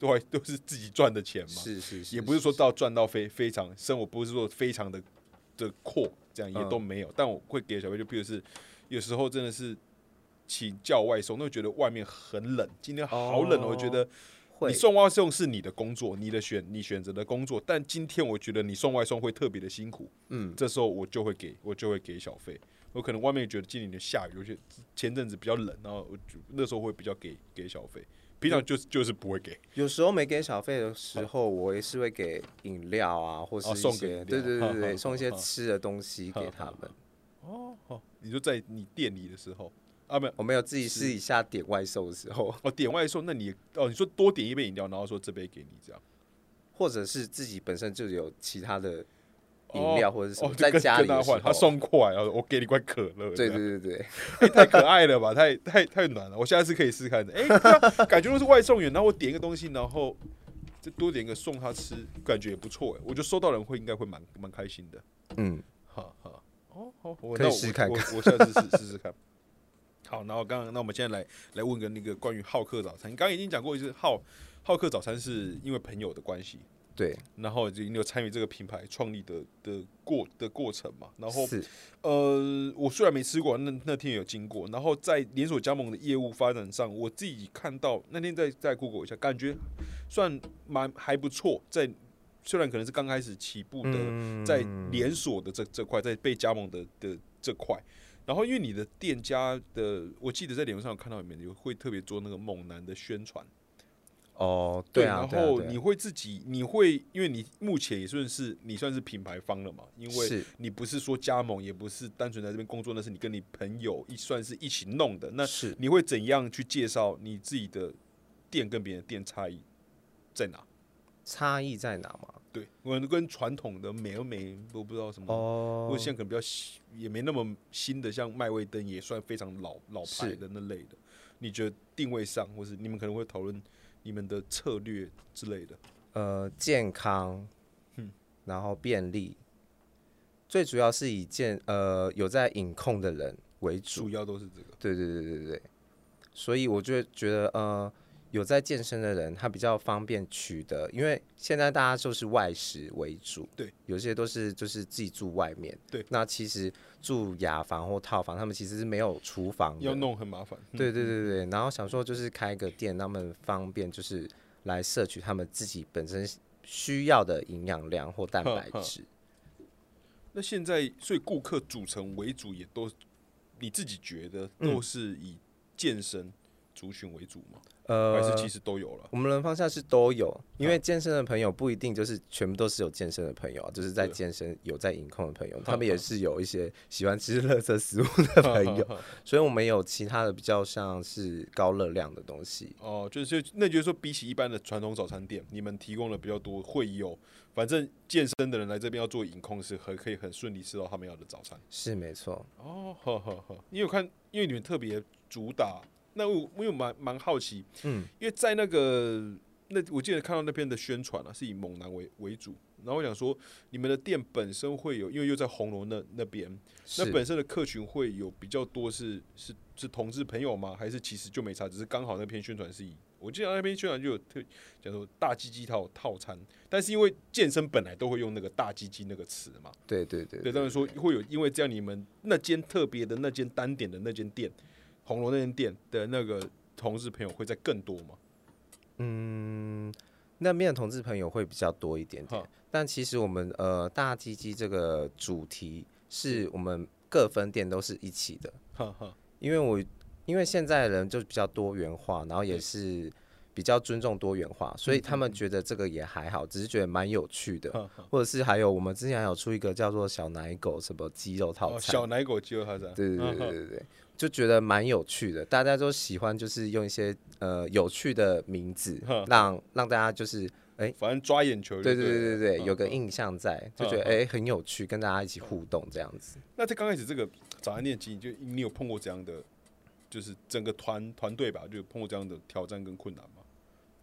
Speaker 1: 都还都是自己赚的钱嘛，
Speaker 2: 是是是，
Speaker 1: 也不是说到赚到非非常生活，不是说非常的的阔，这样也
Speaker 2: 嗯
Speaker 1: 都没有。但我会给小费，就比如是有时候真的是请叫外送，那会觉得外面很冷，今天好冷，
Speaker 2: 哦
Speaker 1: 我觉得
Speaker 2: 会
Speaker 1: 你送外送是你的工作，你的选你选择的工作，但今天我觉得你送外送会特别的辛苦，
Speaker 2: 嗯，
Speaker 1: 这时候我就会给我就会给小费。我可能外面觉得今年的下雨，有些前阵子比较冷，然后我就那时候会比较给给小费，平常就是就是不会给。
Speaker 2: 有时候没给小费的时候，我也是会给饮料啊，或是
Speaker 1: 哦
Speaker 2: 一
Speaker 1: 送给
Speaker 2: 些
Speaker 1: 饮料
Speaker 2: 对对对
Speaker 1: 好
Speaker 2: 对，送一些
Speaker 1: 好
Speaker 2: 吃的东西给他们。
Speaker 1: 哦，你就在你店里的时候啊，没有
Speaker 2: 我没有自己私底下点外送的时候， [LAUGHS]
Speaker 1: 哦，点外送，那你哦，你说多点一杯饮料，然后说这杯给你这样，
Speaker 2: 或者是自己本身就有其他的
Speaker 1: 哦
Speaker 2: 饮料或者是什
Speaker 1: 哦
Speaker 2: 么，
Speaker 1: 就
Speaker 2: 在
Speaker 1: 跟
Speaker 2: 家
Speaker 1: 跟
Speaker 2: 里
Speaker 1: 他
Speaker 2: 的时
Speaker 1: 换，他
Speaker 2: 候，
Speaker 1: 送过来，然后我给你罐可乐，
Speaker 2: [LAUGHS]
Speaker 1: 这
Speaker 2: 对
Speaker 1: 样，
Speaker 2: 对对对，
Speaker 1: 哎 [LAUGHS] 太可爱了吧，太太太暖了，我下次可以试试看的，哎、对啊感觉都是外送员，然后我点一个东西，然后再多点一个送他吃，感觉也不错哎，我觉得收到人会应该会蛮蛮开心的，
Speaker 2: 嗯，
Speaker 1: 哈哈，哦好，我
Speaker 2: 可以
Speaker 1: 那我
Speaker 2: 试看
Speaker 1: 我我下次
Speaker 2: [LAUGHS]
Speaker 1: 试试试看。好，然后刚刚那我们现在来来问个那个关于好客早餐，你刚刚已经讲过，就是好好客早餐是因为朋友的关系，
Speaker 2: 对，
Speaker 1: 然后就你有参与这个品牌创立的的过的过程嘛？然后
Speaker 2: 是
Speaker 1: 呃，我虽然没吃过，那那天有经过，然后在连锁加盟的业务发展上，我自己看到那天在在 Google 一下，感觉算蛮还不错，在虽然可能是刚开始起步的，
Speaker 2: 嗯
Speaker 1: 在连锁的这这块，在被加盟的的这块。然后，因为你的店家的，我记得在脸书上有看到你们有会特别做那个猛男的宣传，
Speaker 2: 哦，对啊，
Speaker 1: 然
Speaker 2: 对啊
Speaker 1: 后
Speaker 2: 对啊
Speaker 1: 你会自己，你会，因为你目前也算是你算是品牌方了嘛，因为
Speaker 2: 是
Speaker 1: 你不是说加盟，也不是单纯在这边工作，那是你跟你朋友一算是一起弄的。那
Speaker 2: 是
Speaker 1: 你会怎样去介绍你自己的店跟别人的店差异在哪？
Speaker 2: 差异在哪嘛？
Speaker 1: 对，我们跟传统的美而美都不知道什么，或
Speaker 2: 哦
Speaker 1: 者，现在可能比较新也没那么新的，像麦味登也算非常老老牌
Speaker 2: 是
Speaker 1: 的那类的。你觉得定位上，或是你们可能会讨论你们的策略之类的？
Speaker 2: 呃，健康，
Speaker 1: 嗯
Speaker 2: 然后便利，最主要是以健呃有在饮控的人为主。
Speaker 1: 主要都是这个。
Speaker 2: 对对对对对，所以我就觉得呃，有在健身的人他比较方便取得，因为现在大家就是外食为主，
Speaker 1: 对，
Speaker 2: 有些都是就是自己住外面，
Speaker 1: 对，
Speaker 2: 那其实住雅房或套房，他们其实是没有厨房的，
Speaker 1: 要弄嗯很麻烦。
Speaker 2: 对对对对，然后想说就是开个店，他们方便就是来摄取他们自己本身需要的营养量或蛋
Speaker 1: 哼
Speaker 2: 白
Speaker 1: 哼
Speaker 2: 质。
Speaker 1: 那现在，所以顾客组成为主，也都你自己觉得都是以健身族群为主吗？还是
Speaker 2: 呃，
Speaker 1: 其实都有了？
Speaker 2: 我们的方向是都有，因为健身的朋友不一定就是全部都是有健身的朋友啊，就是在
Speaker 1: 对
Speaker 2: 健身有在饮控的朋友，
Speaker 1: 哼
Speaker 2: 他
Speaker 1: 哼
Speaker 2: 们也是有一些喜欢吃垃圾食物的朋友， [LAUGHS] 所以我们有其他的比较像是高热量的东西。
Speaker 1: 哦，就是那就是说，比起一般的传统早餐店，你们提供的比较多，会有反正健身的人来这边要做饮控是很可以很顺利吃到他们要的早餐。
Speaker 2: 是没错，
Speaker 1: 哦，呵呵呵，因为我看，因为你们特别主打，那我我有蛮蛮好奇，
Speaker 2: 嗯，
Speaker 1: 因为在那个那我记得看到那边的宣传啊，是以猛男为为主，然后我想说，你们的店本身会有，因为又在红楼那那边，那
Speaker 2: 是
Speaker 1: 本身的客群会有比较多是是是同志朋友吗？还是其实就没差，只是刚好那篇宣传是以。我记得那篇宣传就有特讲说大鸡鸡套套餐，但是因为健身本来都会用那个大鸡鸡那个词嘛，
Speaker 2: 对对对
Speaker 1: 对，当然说会有，因为这样你们那间特别的那间单点的那间店，红楼那间店的那个同事朋友会在更多嘛？
Speaker 2: 那边的同志朋友会比较多一点点
Speaker 1: 哈。
Speaker 2: 但其实我们呃大鸡鸡这个主题是我们各分店都是一起的，
Speaker 1: 哈哈，
Speaker 2: 因为我因为现在的人就比较多元化，然后也是比较尊重多元化，所以他
Speaker 1: 嗯
Speaker 2: 们觉得这个也还好，只是觉得蛮有趣的。
Speaker 1: 哈哈
Speaker 2: 或者是还有我们之前还有出一个叫做小奶狗什么鸡肉套
Speaker 1: 哦
Speaker 2: 餐，
Speaker 1: 小奶狗饥饿套餐，
Speaker 2: 对对对
Speaker 1: 嗯
Speaker 2: 对对对，就觉得蛮有趣的。大家都喜欢就是用一些呃有趣的名字
Speaker 1: 哼，
Speaker 2: 让让大家就是哎、
Speaker 1: 反正抓眼球就
Speaker 2: 对
Speaker 1: 对
Speaker 2: 对对
Speaker 1: 了
Speaker 2: 对
Speaker 1: 嗯
Speaker 2: 对，有个
Speaker 1: 嗯
Speaker 2: 印象在，就觉得
Speaker 1: 嗯
Speaker 2: 哎、很有趣，跟大家一起互动这样子。
Speaker 1: 那在刚开始这个早餐店经营，就你有碰过怎样的，就是整个团团队吧，就有碰过这样的挑战跟困难吗？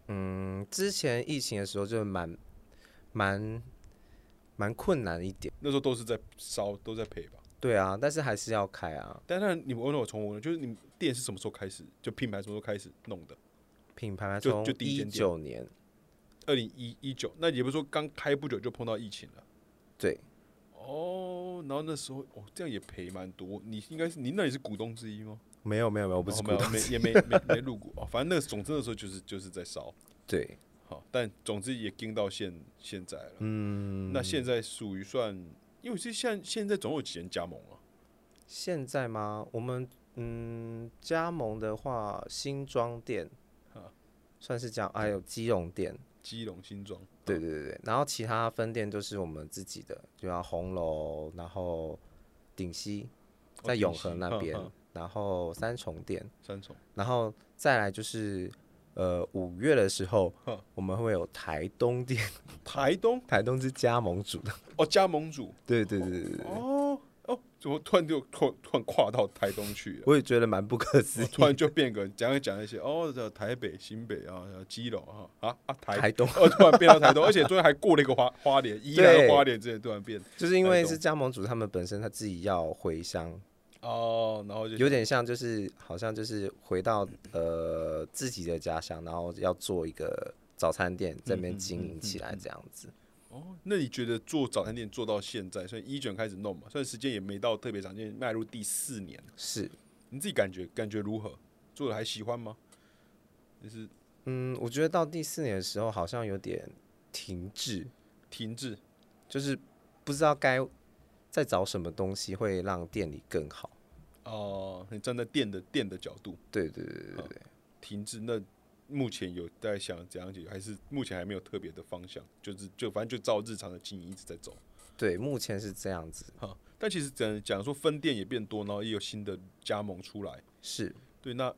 Speaker 2: 嗯，之前疫情的时候就蛮蛮蛮困难一点，
Speaker 1: 那时候都是在烧，都在赔吧。
Speaker 2: 对啊，但是还是要开啊。
Speaker 1: 但是你们问我从我就是你们店是什么时候开始，就品牌什么时候开始弄的？
Speaker 2: 品牌
Speaker 1: 就
Speaker 2: 从
Speaker 1: 就第一
Speaker 2: 一
Speaker 1: 间店
Speaker 2: 九年，
Speaker 1: 二零一一九，那也不是说刚开不久就碰到疫情了。
Speaker 2: 对，
Speaker 1: 哦，然后那时候哦，这样也赔蛮多。你应该是你那里是股东之一吗？
Speaker 2: 没有没有没有，我不
Speaker 1: 哦
Speaker 2: 是
Speaker 1: 没
Speaker 2: 股
Speaker 1: 有
Speaker 2: 东，
Speaker 1: 没也没
Speaker 2: [LAUGHS]
Speaker 1: 没没入股哦。反正那个总之那时候就是就是在烧，
Speaker 2: 对，
Speaker 1: 好，但总之也盯到现现在了。嗯，那现在属于算，因为其实现现在总共有几人加盟啊？
Speaker 2: 现在吗？我们嗯，加盟的话，新庄店
Speaker 1: 啊
Speaker 2: 算是这样，还有基隆店，
Speaker 1: 基隆、新庄，
Speaker 2: 对对对对。然后其他分店都是我们自己的，就要红楼，然后顶溪
Speaker 1: 哦
Speaker 2: 在
Speaker 1: 顶
Speaker 2: 永
Speaker 1: 溪
Speaker 2: 和那
Speaker 1: 哈
Speaker 2: 边
Speaker 1: 哈，
Speaker 2: 然后三重店，
Speaker 1: 三重。
Speaker 2: 然后再来就是呃五月的时候
Speaker 1: 哈，
Speaker 2: 我们会有台东店， [LAUGHS]
Speaker 1: 台东
Speaker 2: 台东是加盟主的，
Speaker 1: 哦，加盟主
Speaker 2: 对对对对对，
Speaker 1: 哦哦，怎么突然就突突然跨到台东去了？
Speaker 2: 我也觉得蛮不可思
Speaker 1: 我
Speaker 2: 议。
Speaker 1: 突然就变个讲一讲一些哦，这台北、新北啊、基隆啊啊啊台，
Speaker 2: 台东
Speaker 1: [LAUGHS] 哦突然变到台东，而且昨天还过了一个花花莲，宜兰
Speaker 2: 对
Speaker 1: 花莲之前突然变
Speaker 2: 就是因为
Speaker 1: 台东
Speaker 2: 是加盟主，他们本身他自己要回乡，
Speaker 1: 哦，然后就
Speaker 2: 有点像就是好像就是回到呃自己的家乡，然后要做一个早餐店这边经营起来这样子。
Speaker 1: 哦，那你觉得做早餐店做到现在，所以一卷开始弄嘛，虽然时间也没到特别长，现在迈入第四年，
Speaker 2: 是，
Speaker 1: 你自己感觉感觉如何？做的还喜欢吗？就是
Speaker 2: 嗯，我觉得到第四年的时候好像有点停滞，
Speaker 1: 停滞，
Speaker 2: 就是不知道该再找什么东西会让店里更好。
Speaker 1: 哦、你站在店的店的角度
Speaker 2: 对对对对对，
Speaker 1: 停滞，那目前有在想怎样解决，还是目前还没有特别的方向，就是就反正就照日常的经营一直在走。
Speaker 2: 对，目前是这样子，
Speaker 1: 哈，但其实讲讲说分店也变多，然后也有新的加盟出来，
Speaker 2: 是
Speaker 1: 对，那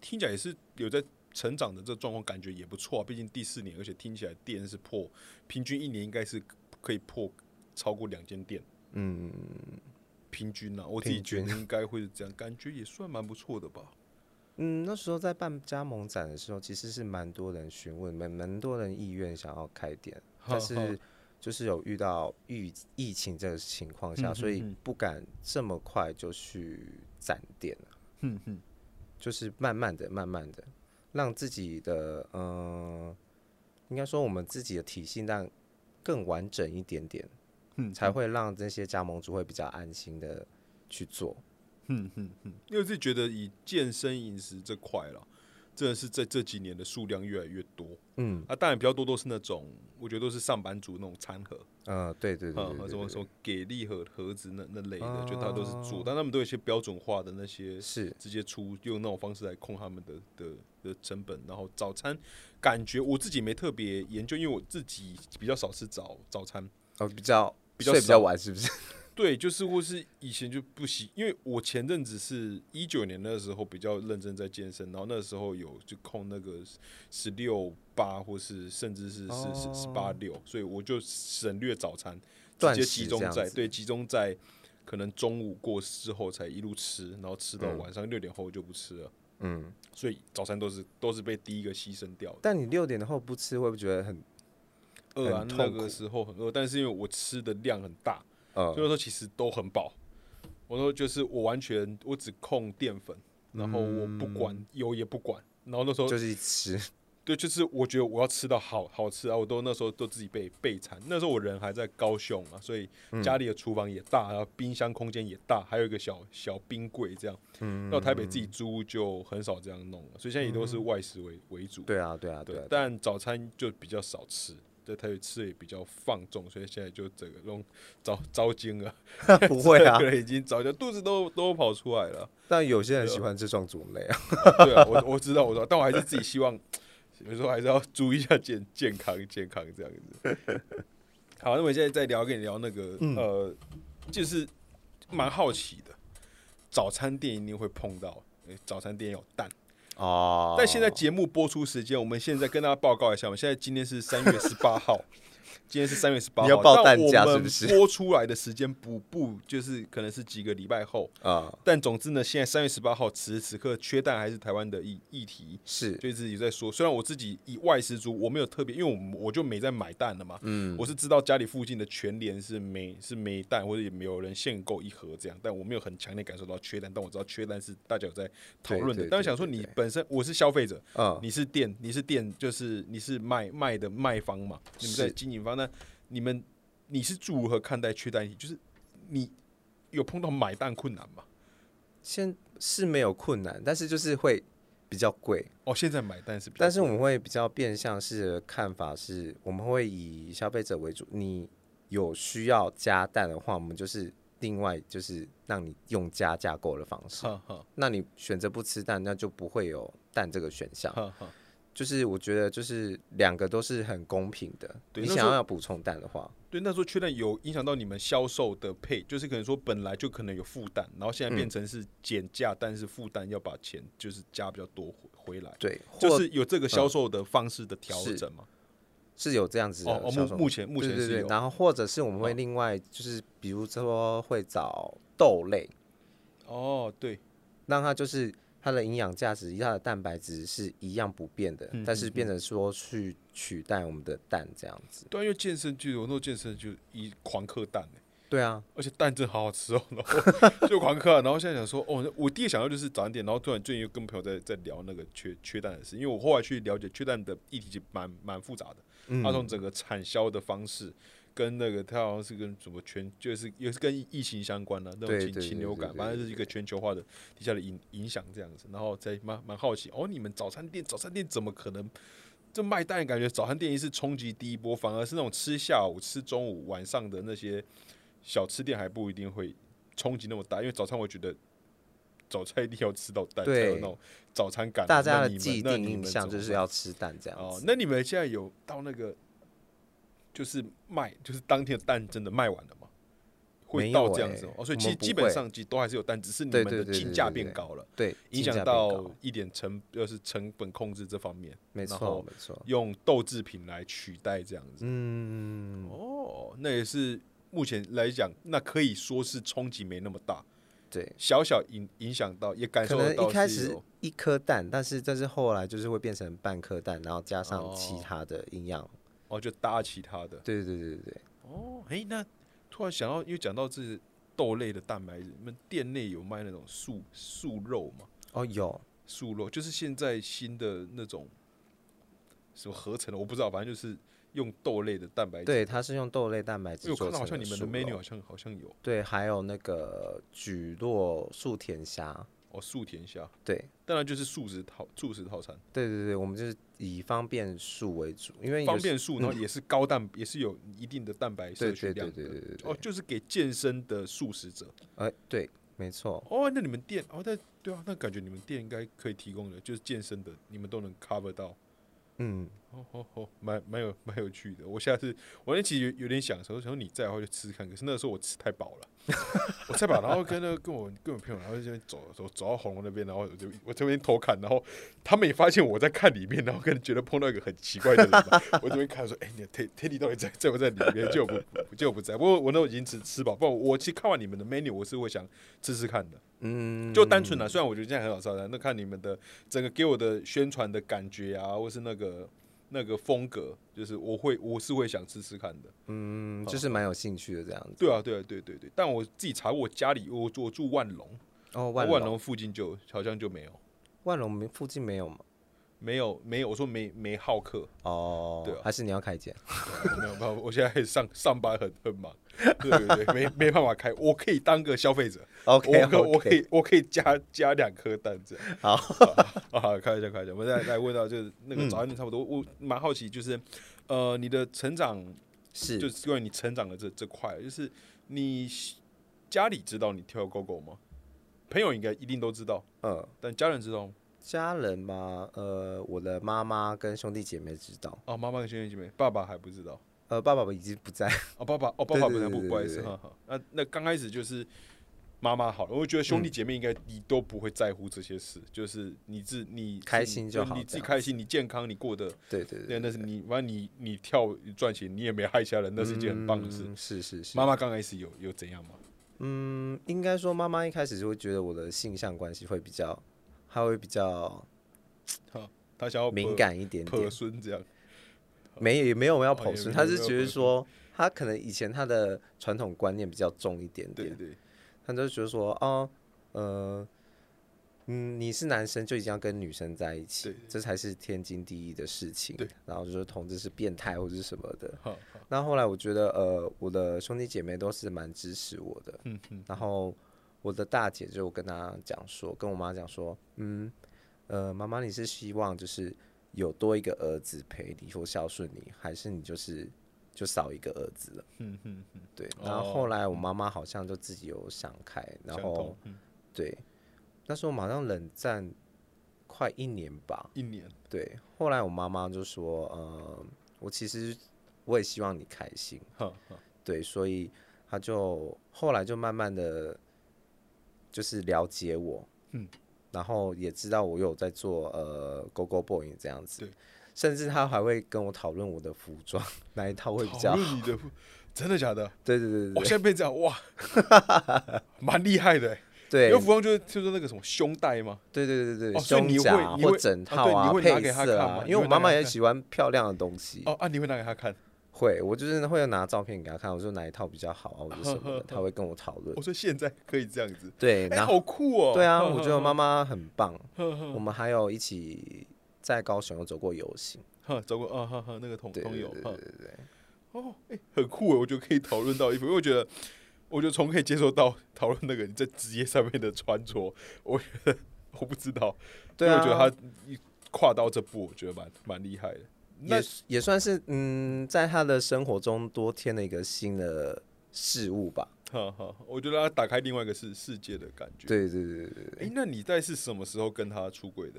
Speaker 1: 听起来也是有在成长的这个状况，感觉也不错、啊。毕竟第四年，而且听起来店是破，平均一年应该是可以破超过两间店，
Speaker 2: 嗯，
Speaker 1: 平均呢、啊，我自己
Speaker 2: 平
Speaker 1: 觉
Speaker 2: 均
Speaker 1: 得应该会是这样，感觉也算蛮不错的吧。
Speaker 2: 嗯，那时候在办加盟展的时候，其实是蛮多人询问，蛮蛮多人意愿想要开店，但是就是有遇到疫疫情这个情况下，
Speaker 1: 嗯
Speaker 2: 所以
Speaker 1: 嗯嗯
Speaker 2: 不敢这么快就去展店了，
Speaker 1: 哼
Speaker 2: 嗯
Speaker 1: 哼，
Speaker 2: 就是慢慢的、慢慢的，让自己的嗯、呃应该说我们自己的体系让更完整一点点，
Speaker 1: 嗯
Speaker 2: 才会让这些加盟主会比较安心的去做。
Speaker 1: 哼哼哼，因为自己觉得以健身饮食这块了，真的是在这几年的数量越来越多
Speaker 2: 嗯，
Speaker 1: 啊。当然比较多都是那种，我觉得都是上班族那种餐盒，
Speaker 2: 呃，对对对
Speaker 1: 啊
Speaker 2: 对，对
Speaker 1: 什么
Speaker 2: 对啊
Speaker 1: 什么给力盒盒子那那类的，就大家都是做，但他们都有一些标准化的那些
Speaker 2: 是
Speaker 1: 直接出用那种方式来控他们的的的成本。然后早餐感觉我自己没特别研究，因为我自己比较少吃早早餐。
Speaker 2: 哦，比较
Speaker 1: 比较
Speaker 2: 睡比较
Speaker 1: 少
Speaker 2: 晚，是不 [LAUGHS] 是？
Speaker 1: 对，就是或是以前就不习，因为我前阵子是一九年那时候比较认真在健身，然后那时候有就控那个十六八或是甚至是是
Speaker 2: 哦
Speaker 1: 是十八六，所以我就省略早餐，直
Speaker 2: 断
Speaker 1: 接
Speaker 2: 食
Speaker 1: 集中
Speaker 2: 这样
Speaker 1: 在
Speaker 2: 子
Speaker 1: 对集中在可能中午过之后才一路吃，然后吃到晚上六点后就不吃了，
Speaker 2: 嗯，
Speaker 1: 所以早餐都是都是被第一个牺牲掉的。
Speaker 2: 但你六点后不吃，会不会觉得很
Speaker 1: 饿啊
Speaker 2: 很，
Speaker 1: 那
Speaker 2: 痛
Speaker 1: 个
Speaker 2: 苦
Speaker 1: 时候很饿，但是因为我吃的量很大，
Speaker 2: 呃
Speaker 1: 所以说其实都很饱。我说就是我完全我只控淀粉，然后我不管、油也不管。然后那时候
Speaker 2: 嗯就是吃？ [LAUGHS]
Speaker 1: 对，就是我觉得我要吃到好好吃啊，我都那时候都自己备备餐。那时候我人还在高雄啊，所以
Speaker 2: 嗯
Speaker 1: 家里的厨房也大，然后冰箱空间也大，还有一个小小冰柜这样。
Speaker 2: 嗯
Speaker 1: 到台北自己租就很少这样弄了，所以现在也都是外食为为主。
Speaker 2: 对啊，对啊，对
Speaker 1: 对
Speaker 2: 啊，，
Speaker 1: 但早餐就比较少吃，在台北吃的也比较放纵，所以现在就整个用糟糟精啊， [LAUGHS]
Speaker 2: 不会啊
Speaker 1: 这。个已经早就肚子都都跑出来了。 [LAUGHS]
Speaker 2: 但有些人
Speaker 1: 啊
Speaker 2: 喜欢吃种种类啊，
Speaker 1: 对啊，我我知道，我知道，但我还是自己希望，有时候还是要注意一下健健康健康这样子。 [LAUGHS] 好，那我现在再聊，跟你聊那个、呃，就是蛮好奇的，早餐店一定会碰到，诶早餐店有蛋。
Speaker 2: 哦
Speaker 1: 但现在节目播出时间，我们现在跟大家报告一下，我们现在今天是三月十八
Speaker 2: [LAUGHS]
Speaker 1: 号，今天是三月十八号，
Speaker 2: 你要报
Speaker 1: 但
Speaker 2: 蛋价
Speaker 1: 我
Speaker 2: 是
Speaker 1: 们
Speaker 2: 不是
Speaker 1: 播出来的时间不不就是可能是几个礼拜后，
Speaker 2: 啊
Speaker 1: 但总之呢，现在三月十八号此时此刻缺蛋还是台湾的议议题。
Speaker 2: 是
Speaker 1: 就一直有在说，虽然我自己以外食族，我没有特别，因为我我就没在买蛋了嘛，
Speaker 2: 嗯
Speaker 1: 我是知道家里附近的全联是没是没蛋，或者也没有人限购一盒这样，但我没有很强烈感受到缺蛋，但我知道缺蛋是大家有在讨论
Speaker 2: 对
Speaker 1: 的
Speaker 2: 对。
Speaker 1: 但是想说
Speaker 2: 对对
Speaker 1: 你
Speaker 2: 对
Speaker 1: 本身我是消费者，
Speaker 2: 嗯
Speaker 1: 你是店，你是店，就是你是卖卖的卖方嘛，你们在
Speaker 2: 是
Speaker 1: 经营方，那你们你是如何看待缺蛋议题？就是你有碰到买蛋困难吗？
Speaker 2: 现是没有困难，但是就是会比较贵。
Speaker 1: 哦，现在买蛋是比较
Speaker 2: 但是我们会比较变相式的看法是，我们会以消费者为主。你有需要加蛋的话，我们就是另外就是让你用加价购的方式。
Speaker 1: 哈哈
Speaker 2: 那你选择不吃蛋，那就不会有蛋这个选项。
Speaker 1: 哈哈，
Speaker 2: 就是我觉得就是两个都是很公平的。
Speaker 1: 对
Speaker 2: 你
Speaker 1: 那
Speaker 2: 想
Speaker 1: 时候
Speaker 2: 要补充蛋的话，
Speaker 1: 对，那时候缺蛋有影响到你们销售的配，就是可能说本来就可能有负担，然后现在
Speaker 2: 嗯
Speaker 1: 变成是减价，但是负担要把钱就是加比较多回回来，
Speaker 2: 对，
Speaker 1: 就
Speaker 2: 或嗯
Speaker 1: 是有这个销售的方式的调
Speaker 2: 是
Speaker 1: 整嘛。
Speaker 2: 是有这样子
Speaker 1: 哦
Speaker 2: 的
Speaker 1: 哦，
Speaker 2: 销
Speaker 1: 目
Speaker 2: 售
Speaker 1: 目前目前
Speaker 2: 对
Speaker 1: 是
Speaker 2: 对
Speaker 1: 有
Speaker 2: 对，然后或者是我们会另外就是比如说会找豆类，
Speaker 1: 哦，对，
Speaker 2: 让它就是它的营养价值、它的蛋白质是一样不变的，
Speaker 1: 嗯
Speaker 2: 但是变成说去取代我们的蛋这样子。
Speaker 1: 对啊，因为健身就有那种健身就一狂嗑蛋、欸
Speaker 2: 对啊，
Speaker 1: 而且蛋真的好好吃哦，然
Speaker 2: [LAUGHS]
Speaker 1: 后就狂嗑啊，然后现在想说，哦，我第一个想到就是早餐店，然后突然最近又跟朋友在在聊那个缺缺蛋的事，因为我后来去了解缺蛋的议题其实蛮蛮复杂的，
Speaker 2: 嗯
Speaker 1: 它从整个产销的方式跟那个它好像是跟什么全就是也是跟疫情相关的、啊那种
Speaker 2: 对
Speaker 1: 禽
Speaker 2: 对对
Speaker 1: 禽流感，
Speaker 2: 对对
Speaker 1: 反正
Speaker 2: 对
Speaker 1: 是一个全球化的底下的影影响这样子，然后再蛮蛮好奇，哦，你们早餐店早餐店怎么可能？这卖蛋感觉早餐店一是冲击第一波，反而是那种吃下午、吃中午、晚上的那些小吃店还不一定会冲击那么大，因为早餐我觉得早餐一定要吃到蛋，才
Speaker 2: 对
Speaker 1: 有那种早餐感。
Speaker 2: 啊大
Speaker 1: 那
Speaker 2: 家的
Speaker 1: 你们
Speaker 2: 既
Speaker 1: 那
Speaker 2: 定
Speaker 1: 你
Speaker 2: 印
Speaker 1: 们
Speaker 2: 象
Speaker 1: 怎
Speaker 2: 就
Speaker 1: 么
Speaker 2: 是要吃蛋这样
Speaker 1: 哦，
Speaker 2: 子。
Speaker 1: 那你们现在有到那个就是卖，就是当天的蛋真的卖完了吗？会
Speaker 2: 没
Speaker 1: 到
Speaker 2: 有
Speaker 1: 这样子、
Speaker 2: 欸
Speaker 1: 哦，所以
Speaker 2: 我
Speaker 1: 基
Speaker 2: 们不
Speaker 1: 基本
Speaker 2: 会
Speaker 1: 上其实都还是有蛋，只是你
Speaker 2: 对
Speaker 1: 们
Speaker 2: 对
Speaker 1: 的
Speaker 2: 对
Speaker 1: 进
Speaker 2: 对
Speaker 1: 价
Speaker 2: 对
Speaker 1: 变
Speaker 2: 对
Speaker 1: 高了，
Speaker 2: 对，
Speaker 1: 影
Speaker 2: 进价
Speaker 1: 响
Speaker 2: 变
Speaker 1: 到
Speaker 2: 高
Speaker 1: 一点成就是成本控制这方面，
Speaker 2: 没
Speaker 1: 然
Speaker 2: 错
Speaker 1: 后
Speaker 2: 没错，
Speaker 1: 用豆制品来取代这样子。
Speaker 2: 嗯，
Speaker 1: 哦，那也是目前来讲，那可以说是冲击没那么大，
Speaker 2: 对，
Speaker 1: 小小影影响到，也感
Speaker 2: 可
Speaker 1: 受得
Speaker 2: 能
Speaker 1: 到
Speaker 2: 一
Speaker 1: 是
Speaker 2: 开始
Speaker 1: 有
Speaker 2: 一颗蛋，但是但是后来就是会变成半颗蛋，然后加上其
Speaker 1: 哦
Speaker 2: 他的营养。
Speaker 1: 哦，就搭其他的。
Speaker 2: 对对对对对，
Speaker 1: 哦，哎、那突然想到，因为讲到这是豆类的蛋白质，你们店内有卖那种素素肉吗？
Speaker 2: 哦有，
Speaker 1: 素肉就是现在新的那种什么合成的，我不知道，反正就是用豆类的蛋白质。
Speaker 2: 对，它是用豆类蛋白
Speaker 1: 因为
Speaker 2: 质
Speaker 1: 我
Speaker 2: 做
Speaker 1: 看到好
Speaker 2: 成
Speaker 1: 像你们的
Speaker 2: 素
Speaker 1: menu
Speaker 2: 肉
Speaker 1: 好像好像有
Speaker 2: 对，还有那个蒟蒻素甜虾，
Speaker 1: 哦，素甜虾，
Speaker 2: 对，
Speaker 1: 当然就是素食套素食套餐，
Speaker 2: 对对对，我们就是以方便素为主，因为有
Speaker 1: 方
Speaker 2: 时
Speaker 1: 便素，然后也是高蛋， [LAUGHS] 也是有一定的蛋白摄
Speaker 2: 对
Speaker 1: 取
Speaker 2: 对
Speaker 1: 量
Speaker 2: 对
Speaker 1: 的。
Speaker 2: 对对对对，
Speaker 1: 哦，就是给健身的素食者。
Speaker 2: 呃对，没错，
Speaker 1: 哦，那你们店哦，那对啊，那感觉你们店应该可以提供的，就是健身的，你们都能 cover 到。
Speaker 2: 嗯，
Speaker 1: 哦哦哦， [LAUGHS] 蛮蛮有蛮有趣的。我下次我那其实有有点想说，想说你在的话就吃吃看，可是那个时候我吃太饱了，我吃太饱，然后跟那个跟我跟我朋友，然后就这边走走走到红楼那边，然后我就我这边偷看，然后他们也发现我在看里面，然后可能觉得碰到一个很奇怪的人嘛，我这边看说，哎、你的 Ted- Teddy 到底在在不在里面？就不就不在。不过我那时候已经吃吃饱，不然我我其实看完你们的 menu，我是会想吃吃看的。
Speaker 2: 嗯，
Speaker 1: 就单纯的，啊虽然我觉得现在很好烧但那看你们的整个给我的宣传的感觉啊，或是那个那个风格，就是我会我是会想吃吃看的。
Speaker 2: 嗯，
Speaker 1: 哦
Speaker 2: 就是蛮有兴趣的这样子。
Speaker 1: 对啊，对啊，对对对。但我自己查过，我家里我我住万隆，
Speaker 2: 哦，万
Speaker 1: 万
Speaker 2: 隆，
Speaker 1: 隆附近就好像就没有，
Speaker 2: 万隆没附近没有吗？
Speaker 1: 没有没有，我说没没好客，
Speaker 2: 哦，
Speaker 1: 对啊
Speaker 2: 还是你要开间？
Speaker 1: 没有办法，我现在上上班很很忙，对对对，没没办法开，我可以当个消费者
Speaker 2: OK，
Speaker 1: 我可我可
Speaker 2: OK
Speaker 1: 以我可以加加两颗蛋这样。
Speaker 2: 好嗯
Speaker 1: 啊， [LAUGHS] 好开玩笑，开玩笑。我再来问到就是那个早餐店差不多，我蛮好奇，就是呃，你的成长，
Speaker 2: [LAUGHS] 是
Speaker 1: 就是关于你成长的这这块，就是你家里知道你跳狗狗吗？朋友应该一定都知道，
Speaker 2: 嗯，
Speaker 1: 但家人知道吗？
Speaker 2: 家人嘛，呃，我的妈妈跟兄弟姐妹知道，
Speaker 1: 哦，妈妈跟兄弟姐妹，爸爸还不知道。
Speaker 2: 呃，爸爸已经不在，
Speaker 1: 哦，爸爸，哦，爸爸不
Speaker 2: 对
Speaker 1: 能不
Speaker 2: 对对
Speaker 1: 不好意思，
Speaker 2: 对对
Speaker 1: 哈哈。那那刚开始就是妈妈好了，我觉得
Speaker 2: 嗯
Speaker 1: 兄弟姐妹应该你都不会在乎这些事，就是你自你
Speaker 2: 开心就好
Speaker 1: 你自己
Speaker 2: 这样
Speaker 1: 开心，你健康，你过得
Speaker 2: [LAUGHS] 对对对，
Speaker 1: 对， [LAUGHS] 那是你，反正你你跳赚钱，你也没害家人，那是一件很棒的事。
Speaker 2: 嗯，是是是，
Speaker 1: 妈妈刚开始有有怎样吗？
Speaker 2: 嗯，应该说妈妈一开始就会觉得我的性向关系会比较，她会比较
Speaker 1: 她想要
Speaker 2: 敏
Speaker 1: 婆
Speaker 2: 感一点
Speaker 1: 婆
Speaker 2: 点，
Speaker 1: 孙这样，
Speaker 2: 没有也没有要
Speaker 1: 哦也
Speaker 2: 跑孙，
Speaker 1: 没
Speaker 2: 她
Speaker 1: 有
Speaker 2: 是
Speaker 1: 要
Speaker 2: 觉得
Speaker 1: 跑
Speaker 2: 说她可能以前她的传统观念比较重一点
Speaker 1: 对
Speaker 2: 点，
Speaker 1: 对，
Speaker 2: 她就觉得说哦，呃，嗯，你是男生就一定要跟女生在一起
Speaker 1: 对，
Speaker 2: 这才是天经地义的事情
Speaker 1: 对，
Speaker 2: 然后就说同志是变态或者是什么的， [LAUGHS]
Speaker 1: 好，
Speaker 2: 那后来我觉得，呃，我的兄弟姐妹都是蛮支持我的。
Speaker 1: 嗯嗯
Speaker 2: 然后我的大姐就跟她讲说，跟我妈讲说，嗯，呃，妈妈，你是希望就是有多一个儿子陪你或孝顺你，还是你就是就少一个儿子了？
Speaker 1: 嗯嗯，嗯
Speaker 2: 对。
Speaker 1: 哦
Speaker 2: 然后后来我妈妈好像就自己有想开，然
Speaker 1: 想
Speaker 2: 后
Speaker 1: 通，嗯
Speaker 2: 对，那时候马上冷战快一年吧，
Speaker 1: 一年，
Speaker 2: 对，后来我妈妈就说，呃，我其实我也希望你开心，
Speaker 1: 哈哈，
Speaker 2: 对，所以她就后来就慢慢的，就是了解我，
Speaker 1: 嗯，
Speaker 2: 然后也知道我有在做呃 Go Go Boy 这样子
Speaker 1: 对，
Speaker 2: 甚至她还会跟我讨论我的服装 [LAUGHS] 哪一套会比较
Speaker 1: 讨
Speaker 2: 好，
Speaker 1: 论你的父，真的假的？
Speaker 2: 对对对
Speaker 1: 我现在变这样，
Speaker 2: [LAUGHS]
Speaker 1: 哇，蛮厉害的欸。
Speaker 2: 对
Speaker 1: 因为服装就是就是那个什么胸带吗？
Speaker 2: 对对对对
Speaker 1: 哦
Speaker 2: 对，
Speaker 1: 所以
Speaker 2: 胸
Speaker 1: 你
Speaker 2: 甲
Speaker 1: 会你
Speaker 2: 或
Speaker 1: 会
Speaker 2: 整
Speaker 1: 啊
Speaker 2: 套
Speaker 1: 对
Speaker 2: 啊
Speaker 1: 你会拿
Speaker 2: 配
Speaker 1: 给她
Speaker 2: 色
Speaker 1: 看
Speaker 2: 啊
Speaker 1: 吗，你
Speaker 2: 因为
Speaker 1: 会拿
Speaker 2: 我妈妈
Speaker 1: 给
Speaker 2: 也
Speaker 1: 她
Speaker 2: 喜欢漂亮的东西，
Speaker 1: 哦啊，你会拿给他看？
Speaker 2: 会，我就是会拿照片给他看，我说哪一套比较好啊，我就什么的，他会跟我讨论
Speaker 1: 我。说现在可以这样子，
Speaker 2: 对，
Speaker 1: 哎，
Speaker 2: 然后
Speaker 1: 好酷哦。
Speaker 2: 对啊，
Speaker 1: 呵
Speaker 2: 我觉得我，妈
Speaker 1: 呵
Speaker 2: 妈很棒。
Speaker 1: 呵呵
Speaker 2: 我们还有一起在高雄有走过游行，
Speaker 1: 呵，走过啊哈哈，那个同
Speaker 2: 对
Speaker 1: 同
Speaker 2: 对
Speaker 1: 友，
Speaker 2: 对
Speaker 1: 哈
Speaker 2: 对对对，
Speaker 1: 哦，哎、很酷诶，我觉得可以讨论到衣服，因为我觉得，我觉得从可以接受到讨论那个你在职业上面的穿着，我觉得我不知道，
Speaker 2: 对
Speaker 1: 因为
Speaker 2: 啊，
Speaker 1: 我觉得他一跨到这步，我觉得蛮蛮厉害的。那
Speaker 2: 也也算是嗯，在他的生活中多添了一个新的事物吧。
Speaker 1: 哈哈，我觉得他打开另外一个世世界的感觉。
Speaker 2: 对对对对对，
Speaker 1: 哎、那你在是什么时候跟他出轨的？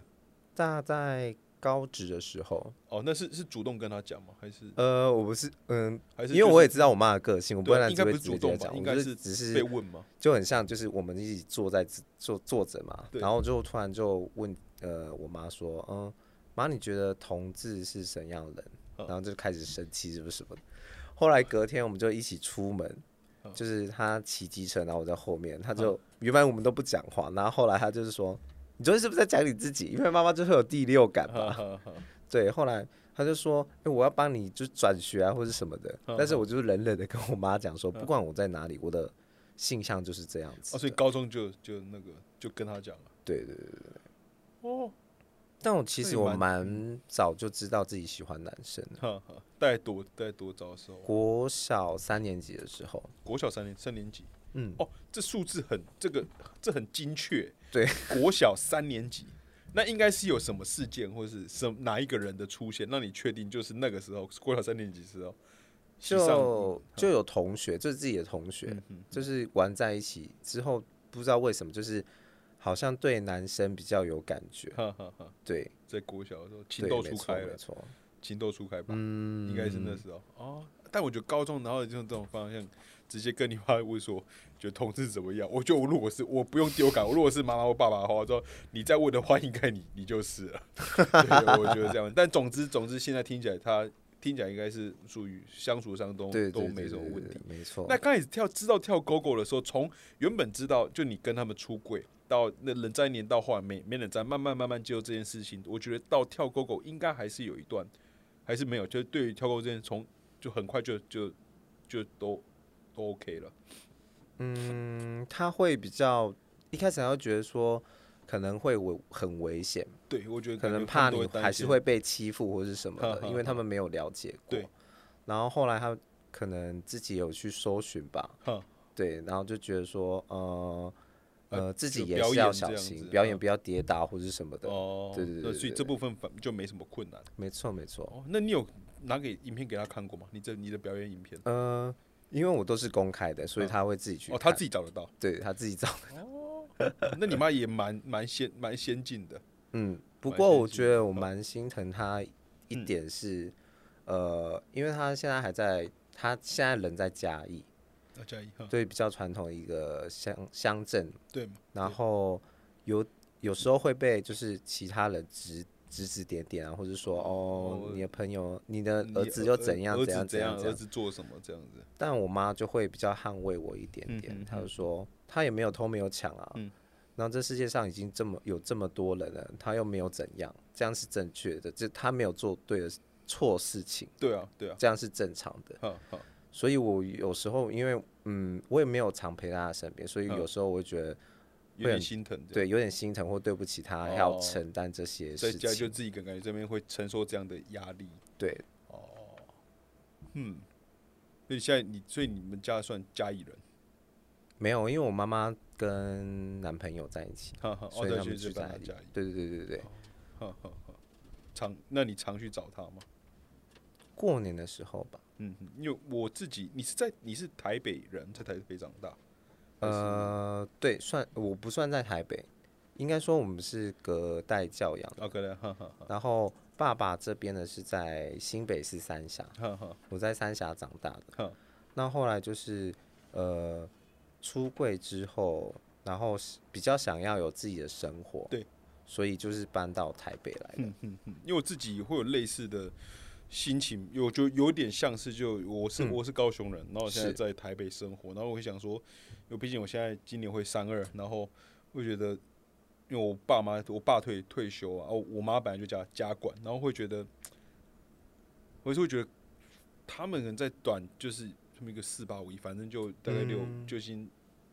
Speaker 2: 大概高职的时候，
Speaker 1: 哦，那是是主动跟他讲吗？还是
Speaker 2: 呃，我不是嗯，
Speaker 1: 还是
Speaker 2: 因为我也
Speaker 1: 就是
Speaker 2: 知道我妈的个性，我不
Speaker 1: 对
Speaker 2: 会让
Speaker 1: 应该不
Speaker 2: 直
Speaker 1: 是
Speaker 2: 接
Speaker 1: 主
Speaker 2: 直接
Speaker 1: 动吧
Speaker 2: 讲，，
Speaker 1: 应
Speaker 2: 我
Speaker 1: 该
Speaker 2: 就是只
Speaker 1: 被
Speaker 2: 是
Speaker 1: 问嘛。
Speaker 2: 就很像，就是我们一起坐在坐坐着嘛，
Speaker 1: 对
Speaker 2: 然后就突然就问呃我妈说，嗯，妈你觉得同志是怎样的人？
Speaker 1: 嗯
Speaker 2: 然后就开始生气什么什么的。后来隔天我们就一起出门，
Speaker 1: 嗯
Speaker 2: 就是他骑机车，然后我在后面，他就原本我们都不讲话，然后后来他就是说，你昨天是不是在讲你自己？因为妈妈就会有第六感嘛，
Speaker 1: 哈哈哈，
Speaker 2: 对，后来他就说：“哎、我要帮你就转学啊，或者什么的。”
Speaker 1: 嗯
Speaker 2: 但是我就是冷冷的跟我妈讲说，不管我在哪里，我的性向就是这样
Speaker 1: 哦，
Speaker 2: 子。
Speaker 1: 所以高中就就那个就跟他讲了。
Speaker 2: 对对对对。
Speaker 1: 哦，
Speaker 2: 但我其
Speaker 1: 那
Speaker 2: 实
Speaker 1: 你
Speaker 2: 我
Speaker 1: 蛮
Speaker 2: 蛮早就知道自己喜欢男生的，
Speaker 1: 哈哈，大概多大概多早的时候？
Speaker 2: 国小三年级的时候，
Speaker 1: 国小三年三年级。
Speaker 2: 嗯，
Speaker 1: 哦，这数字很这个这很精确。
Speaker 2: [LAUGHS] 对，
Speaker 1: 国小三年级，那应该是有什么事件或是什哪一个人的出现，让你确定就是那个时候国小三年级时候喜上
Speaker 2: 就就有同学，就是自己的同学，
Speaker 1: 嗯嗯
Speaker 2: 就是玩在一起之后，不知道为什么，就是好像对男生比较有感觉。
Speaker 1: 哈哈哈，
Speaker 2: 对，
Speaker 1: 在国小的时候情
Speaker 2: 对，
Speaker 1: 窦
Speaker 2: 没
Speaker 1: 初
Speaker 2: 错
Speaker 1: 开
Speaker 2: 没
Speaker 1: 了，
Speaker 2: 错。
Speaker 1: 情窦初开吧，
Speaker 2: 嗯
Speaker 1: 应该是那时候哦。但我觉得高中，然后就用这种方向直接跟你妈问说，觉得同志怎么样？ [LAUGHS] 我觉得我如果是我不用丢感，我如果是妈妈或爸爸的话，我说你再问的话，应该你你就是了。 [LAUGHS] 对，我觉得这样。但总之总之，现在听起来他听起来应该是属于相处上都
Speaker 2: 对
Speaker 1: 都
Speaker 2: 对
Speaker 1: 没
Speaker 2: 对
Speaker 1: 什么
Speaker 2: 对
Speaker 1: 问
Speaker 2: 对
Speaker 1: 题。
Speaker 2: 没错。
Speaker 1: 那刚开始跳知道跳狗狗的时候，从原本知道就你跟他们出轨，到那冷战一年到后来没没冷战，慢慢慢慢接受这件事情，我觉得到跳狗狗应该还是有一段，还是没有，就是对于跳狗这件从就很快就就就都都 OK 了，
Speaker 2: 嗯，他会比较一开始还会觉得说可能会危很危险，
Speaker 1: 对我觉得
Speaker 2: 可
Speaker 1: 感觉
Speaker 2: 能
Speaker 1: 他
Speaker 2: 怕
Speaker 1: 们都
Speaker 2: 你
Speaker 1: 担
Speaker 2: 还
Speaker 1: 心
Speaker 2: 是会被欺负或是什么
Speaker 1: 哈
Speaker 2: 的，
Speaker 1: 哈
Speaker 2: 因为他们没有了解过
Speaker 1: 对。
Speaker 2: 然后后来他可能自己有去搜寻吧
Speaker 1: 哈，
Speaker 2: 对，然后就觉得说，呃呃，自
Speaker 1: 就
Speaker 2: 己也
Speaker 1: 表
Speaker 2: 是
Speaker 1: 演
Speaker 2: 要
Speaker 1: 这
Speaker 2: 小
Speaker 1: 样
Speaker 2: 心，
Speaker 1: 子
Speaker 2: 表
Speaker 1: 哈
Speaker 2: 演不要跌倒或是什么的。
Speaker 1: 哦，
Speaker 2: 对对对
Speaker 1: 那
Speaker 2: 对
Speaker 1: 所以
Speaker 2: 对
Speaker 1: 这部分反就没什么困难
Speaker 2: 没错没错，
Speaker 1: 哦。那你有拿给影片给他看过吗？你这你的表演影片
Speaker 2: 呃，因为我都是公开的，所以
Speaker 1: 嗯
Speaker 2: 他会自己去
Speaker 1: 哦，他
Speaker 2: 看
Speaker 1: 自己找得到，
Speaker 2: 对他自己找。
Speaker 1: 那你妈也蛮蛮先蛮先进的，
Speaker 2: 嗯，不
Speaker 1: 蛮
Speaker 2: 过
Speaker 1: 先
Speaker 2: 我
Speaker 1: 进
Speaker 2: 觉
Speaker 1: 的
Speaker 2: 得我
Speaker 1: 嗯
Speaker 2: 蛮心疼他一
Speaker 1: 嗯
Speaker 2: 点是，呃，因为他现在还在，他现在人在嘉义，
Speaker 1: 那加一哦哈，
Speaker 2: 对，比较传统的一个乡乡镇，
Speaker 1: 对吗？
Speaker 2: 然后有有时候会被就是其他人指指指点点啊，或者说哦
Speaker 1: 哦，
Speaker 2: 你的朋友，你的
Speaker 1: 你
Speaker 2: 儿子又怎
Speaker 1: 儿
Speaker 2: 样
Speaker 1: 子
Speaker 2: 怎样
Speaker 1: 怎
Speaker 2: 怎样怎
Speaker 1: 儿
Speaker 2: 样，
Speaker 1: 子做什么这样子，
Speaker 2: 但我妈就会比较捍卫我一点
Speaker 1: 嗯
Speaker 2: 点，
Speaker 1: 嗯
Speaker 2: 她就
Speaker 1: 嗯
Speaker 2: 说她也没有偷没有抢啊，
Speaker 1: 嗯
Speaker 2: 然后这世界上已经这么有这么多人了，她又没有怎样，这样是正确的，这她没有做对的错事情，
Speaker 1: 对啊，对啊，
Speaker 2: 这样是正常的。
Speaker 1: 好好，
Speaker 2: 所以我有时候因为嗯，我也没有常陪在她身边，所以
Speaker 1: 嗯
Speaker 2: 有时候我会觉得
Speaker 1: 有点心疼的，
Speaker 2: 对有点心疼或对不起她，要
Speaker 1: 哦
Speaker 2: 承担这些
Speaker 1: 在
Speaker 2: 事
Speaker 1: 家就
Speaker 2: 情。
Speaker 1: 自己感觉这边会承受这样的压力，
Speaker 2: 对，
Speaker 1: 嗯，所以现在你，所以你们家算家里人，
Speaker 2: 没有，因为我妈妈跟男朋友在一起，
Speaker 1: 哈哈，哦，
Speaker 2: 所以
Speaker 1: 对，
Speaker 2: 他
Speaker 1: 就
Speaker 2: 们
Speaker 1: 就
Speaker 2: 住
Speaker 1: 搬
Speaker 2: 在
Speaker 1: 到
Speaker 2: 一起
Speaker 1: 家里，。
Speaker 2: 对对对对对，
Speaker 1: 哈哈哈，常，那你常去找他吗？
Speaker 2: 过年的时候吧。
Speaker 1: 嗯，哼，因为我自己，你是在你是台北人，在台北长大，还是
Speaker 2: 呃，对，算我不算在台北，应该说我们是隔代教养。
Speaker 1: 啊，可能，哈哈哈
Speaker 2: 然后爸爸这边呢是在新北市三峡，
Speaker 1: 哈哈，
Speaker 2: 我在三峡长大
Speaker 1: 哼
Speaker 2: 的。那后来就是呃出柜之后，然后是比较想要有自己的生活，
Speaker 1: 对，
Speaker 2: 所以就是搬到台北来的。
Speaker 1: 嗯因为我自己会有类似的心情，有就有点像是就我是、我是高雄人，然后我现在
Speaker 2: 嗯是
Speaker 1: 在台北生活，然后我会想说，因为毕竟我现在今年会三二，然后会觉得，因为我爸妈我爸退退休啊，哦我妈本来就家家管，然后会觉得，我是会觉得他们可能在短就是他们一个四八五一，反正就大概六、
Speaker 2: 嗯
Speaker 1: 就已经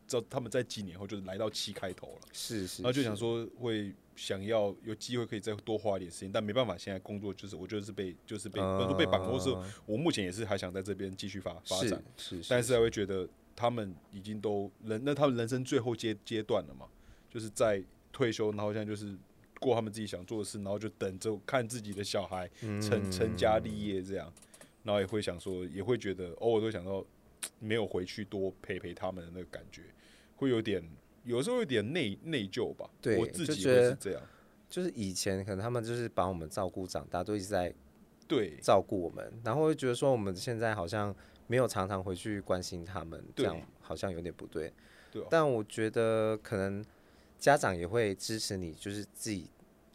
Speaker 1: 知道他们在几年后就是来到七开头了。
Speaker 2: 是是，
Speaker 1: 然后就想
Speaker 2: 是
Speaker 1: 说会想要有机会可以再多花一点时间，但没办法，现在工作就是我就是被就是被、不能说被绑住，是
Speaker 2: 呃
Speaker 1: 我目前也是还想在这边继续发发展，
Speaker 2: 是是，
Speaker 1: 但是还会觉得他们已经都人那他们人生最后阶阶段了嘛，就是在退休，然后现在就是过他们自己想做的事，然后就等着看自己的
Speaker 2: 嗯
Speaker 1: 哦小孩成成家立业这样，然后也会想说，也会觉得偶尔都会想到没有回去多陪陪他们的那个感觉，会有点有时候有点内内疚吧。
Speaker 2: 对
Speaker 1: 我自己
Speaker 2: 就
Speaker 1: 会
Speaker 2: 觉得
Speaker 1: 是这样。
Speaker 2: 就是以前可能他们就是把我们照顾长大，都一直在
Speaker 1: 对
Speaker 2: 照顾我们，然后会觉得说我们现在好像没有常常回去关心他们，这
Speaker 1: 对
Speaker 2: 样好像有点不对。
Speaker 1: 对啊
Speaker 2: 但我觉得可能家长也会支持你，就是自己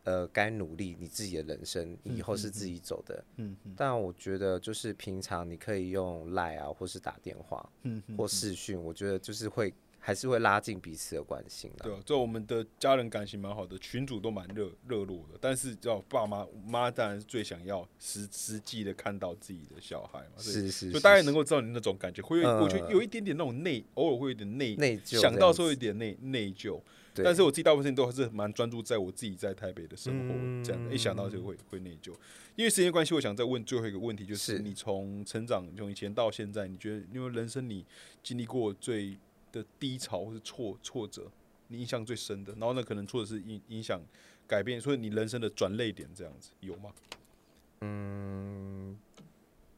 Speaker 2: 呃该努力你自己的人生，以后是自己走的。
Speaker 1: 嗯
Speaker 2: 但我觉得就是平常你可以用赖啊，或是打电话，
Speaker 1: 嗯
Speaker 2: 或视讯，我觉得就是会还是会拉近彼此的关心啦。
Speaker 1: 对啊，这我们的家人感情蛮好的，群主都蛮热热络的。但是叫爸妈妈当然是最想要实实际的看到自己的小孩嘛，所以
Speaker 2: 是是，
Speaker 1: 就是大概
Speaker 2: 是
Speaker 1: 能够知道你那种感觉，会有、
Speaker 2: 嗯
Speaker 1: 我觉得有一点点那种内，偶尔会有点内，
Speaker 2: 内疚
Speaker 1: 想
Speaker 2: 这
Speaker 1: 到
Speaker 2: 样
Speaker 1: 时候有
Speaker 2: 子
Speaker 1: 点内内疚。
Speaker 2: 对
Speaker 1: 但是我自己大部分时间都还是蛮专注在我自己在台北的生活，
Speaker 2: 嗯
Speaker 1: 这样的一想到就会会内疚。因为时间关系，我想再问最后一个问题，就是
Speaker 2: 是
Speaker 1: 你从成长从以前到现在，你觉得因为人生你经历过最的低潮或是挫挫折，你印象最深的，然后呢可能挫折是影影响改变，所以你人生的转泪点这样子有吗？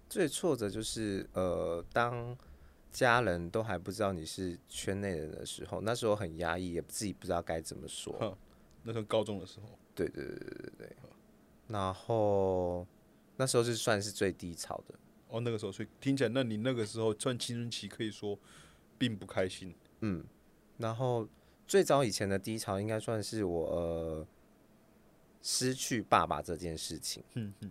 Speaker 2: 最挫折就是呃，当家人都还不知道你是圈内人的时候，那时候很压抑，也自己不知道该怎么说。
Speaker 1: 哼那时候高中的时候，
Speaker 2: 对对对对对对。然后那时候是算是最低潮的，
Speaker 1: 哦那个时候，所以听起来，那你那个时候算青春期，可以说并不开心。
Speaker 2: 嗯。然后最早以前的低潮应该算是我呃失去爸爸这件事情，
Speaker 1: 嗯嗯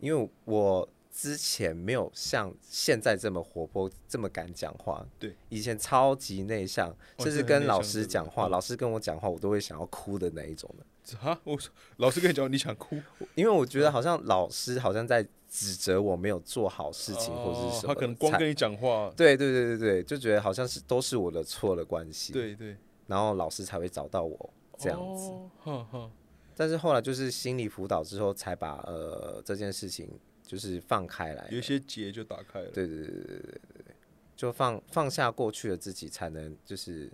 Speaker 2: 因为我之前没有像现在这么活泼，这么敢讲话。
Speaker 1: 对，
Speaker 2: 以前超级内向，
Speaker 1: 哦
Speaker 2: 甚
Speaker 1: 这
Speaker 2: 至
Speaker 1: 很内
Speaker 2: 跟
Speaker 1: 向
Speaker 2: 老
Speaker 1: 对
Speaker 2: 师
Speaker 1: 不
Speaker 2: 讲
Speaker 1: 对
Speaker 2: 话，
Speaker 1: 嗯
Speaker 2: 老师跟我讲话，我都会想要哭的那一种的。
Speaker 1: 啊，我说老师跟你讲，你想哭，
Speaker 2: 因为我觉
Speaker 1: 嗯
Speaker 2: 得好像老师好像在指责我没有做好事情，或者是
Speaker 1: 哦
Speaker 2: 什么才。
Speaker 1: 他可能光跟你讲话，
Speaker 2: 对对对对对，就觉得好像是都是我的错的关系。，
Speaker 1: 对对，
Speaker 2: 然后老师才会找到我这样子。
Speaker 1: 哦，哈哈，
Speaker 2: 但是后来就是心理辅导之后，才把呃这件事情就是放开来了。
Speaker 1: 有一些结就打开了。
Speaker 2: 哎对对对对对对对，就放放下过去的自己，才能就是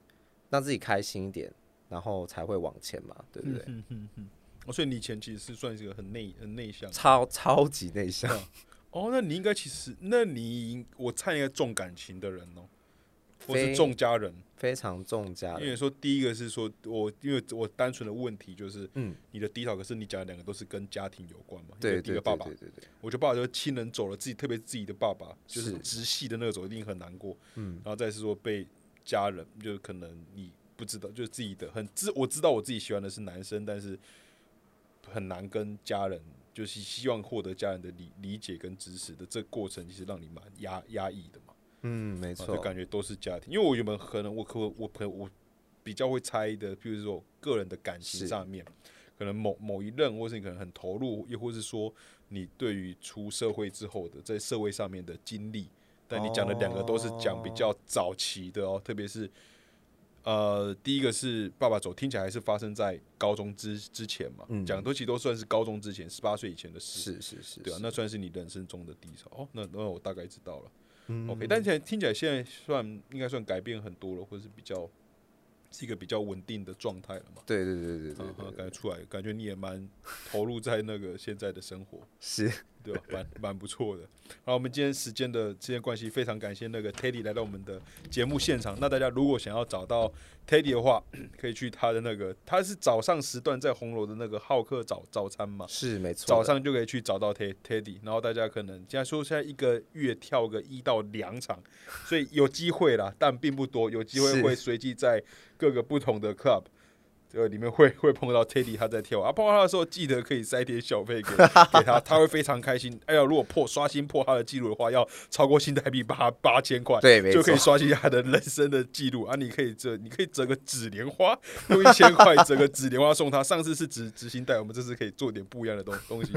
Speaker 2: 让自己开心一点，然后才会往前嘛，对不对？
Speaker 1: 嗯嗯嗯，哦，所以你以前其实是算是一个很内很内向。
Speaker 2: 超超级内向，
Speaker 1: 哦，那你应该其实，那你我猜应该重感情的人哦，或是
Speaker 2: 非
Speaker 1: 重家人。
Speaker 2: 非常重家
Speaker 1: 因
Speaker 2: 人，
Speaker 1: 为说第一个是说我，因为我单纯的问题就是，
Speaker 2: 嗯
Speaker 1: 你的低潮，可是你讲的两个都是跟家庭有关嘛，一
Speaker 2: 对
Speaker 1: 个一
Speaker 2: 对
Speaker 1: 个
Speaker 2: 对
Speaker 1: 爸
Speaker 2: 对
Speaker 1: 爸
Speaker 2: 对对，
Speaker 1: 我觉得爸爸就是亲人走了，自己特别自己的爸爸，就是
Speaker 2: 是
Speaker 1: 直系的那个走，一定很难过。
Speaker 2: 嗯
Speaker 1: 然后再是说被家人，就可能你不知道，就是自己的很知，我知道我自己喜欢的是男生，但是很难跟家人，就是希望获得家人的理理解跟支持的这个过程，其实让你蛮压压抑的嘛。
Speaker 2: 嗯，没
Speaker 1: 啊就
Speaker 2: 错，
Speaker 1: 感觉都是家庭，因为我原本可能我可我可我比较会猜的，比如说个人的感情
Speaker 2: 是
Speaker 1: 上面，可能某某一任，或是你可能很投入，又或是说你对于出社会之后的在社会上面的经历，但你讲的两个都是讲比较早期的哦，特别是呃，第一个是爸爸走，听起来还是发生在高中之之前嘛，
Speaker 2: 嗯
Speaker 1: 讲的都其实都算是高中之前十八岁以前的事，
Speaker 2: 是是是，
Speaker 1: 对啊，
Speaker 2: 是
Speaker 1: 那算是你人生中的低潮哦，那那我大概知道了。
Speaker 2: 嗯
Speaker 1: OK，但是听起来现在算应该算改变很多了，或者是比较是一个比较稳定的状态了嘛。
Speaker 2: 对对对对对
Speaker 1: 啊
Speaker 2: 对，
Speaker 1: 感觉出来，感觉你也蛮投入在那个现在的生活，
Speaker 2: [LAUGHS] 是，
Speaker 1: 对吧？蛮蛮不错的。好，我们今天时间的时间关系，非常感谢那个 Teddy 来到我们的节目现场。那大家如果想要找到 Teddy 的话， [CLEARS THROAT] 可以去他的那个，他是早上时段在红楼的那个好客早早餐嘛。
Speaker 2: 是没错的，
Speaker 1: 嗯早上就可以去找到 Ted- Teddy，然后大家可能现在说现在一个月跳个一到两场，所以有机会啦，但并不多，有机会
Speaker 2: 是
Speaker 1: 会随机在各个不同的 club。这呃个里面会 [LAUGHS] 会碰到 Teddy，他在跳舞啊，碰到他的时候记得可以塞点小
Speaker 2: [LAUGHS]
Speaker 1: 费给给他，他会非常开心。哎呀，如果破刷新破他的记录的话，要超过新台币八八千块，
Speaker 2: 对没
Speaker 1: 就可以
Speaker 2: 错
Speaker 1: 刷新他的人生的记录啊！你可以折，你可以折个纸莲花，用一千块折个纸莲花送他。上次是纸纸巾袋，我们这次可以做点不一样的东东
Speaker 2: [LAUGHS]
Speaker 1: 西。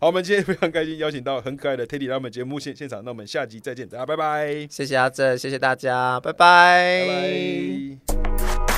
Speaker 1: 好，我们今天非常开心邀请到很可爱的 Teddy 来我们节目现现场，那我们下集再见，大家拜拜，
Speaker 2: 谢谢阿正，谢谢大家，拜拜
Speaker 1: 拜拜。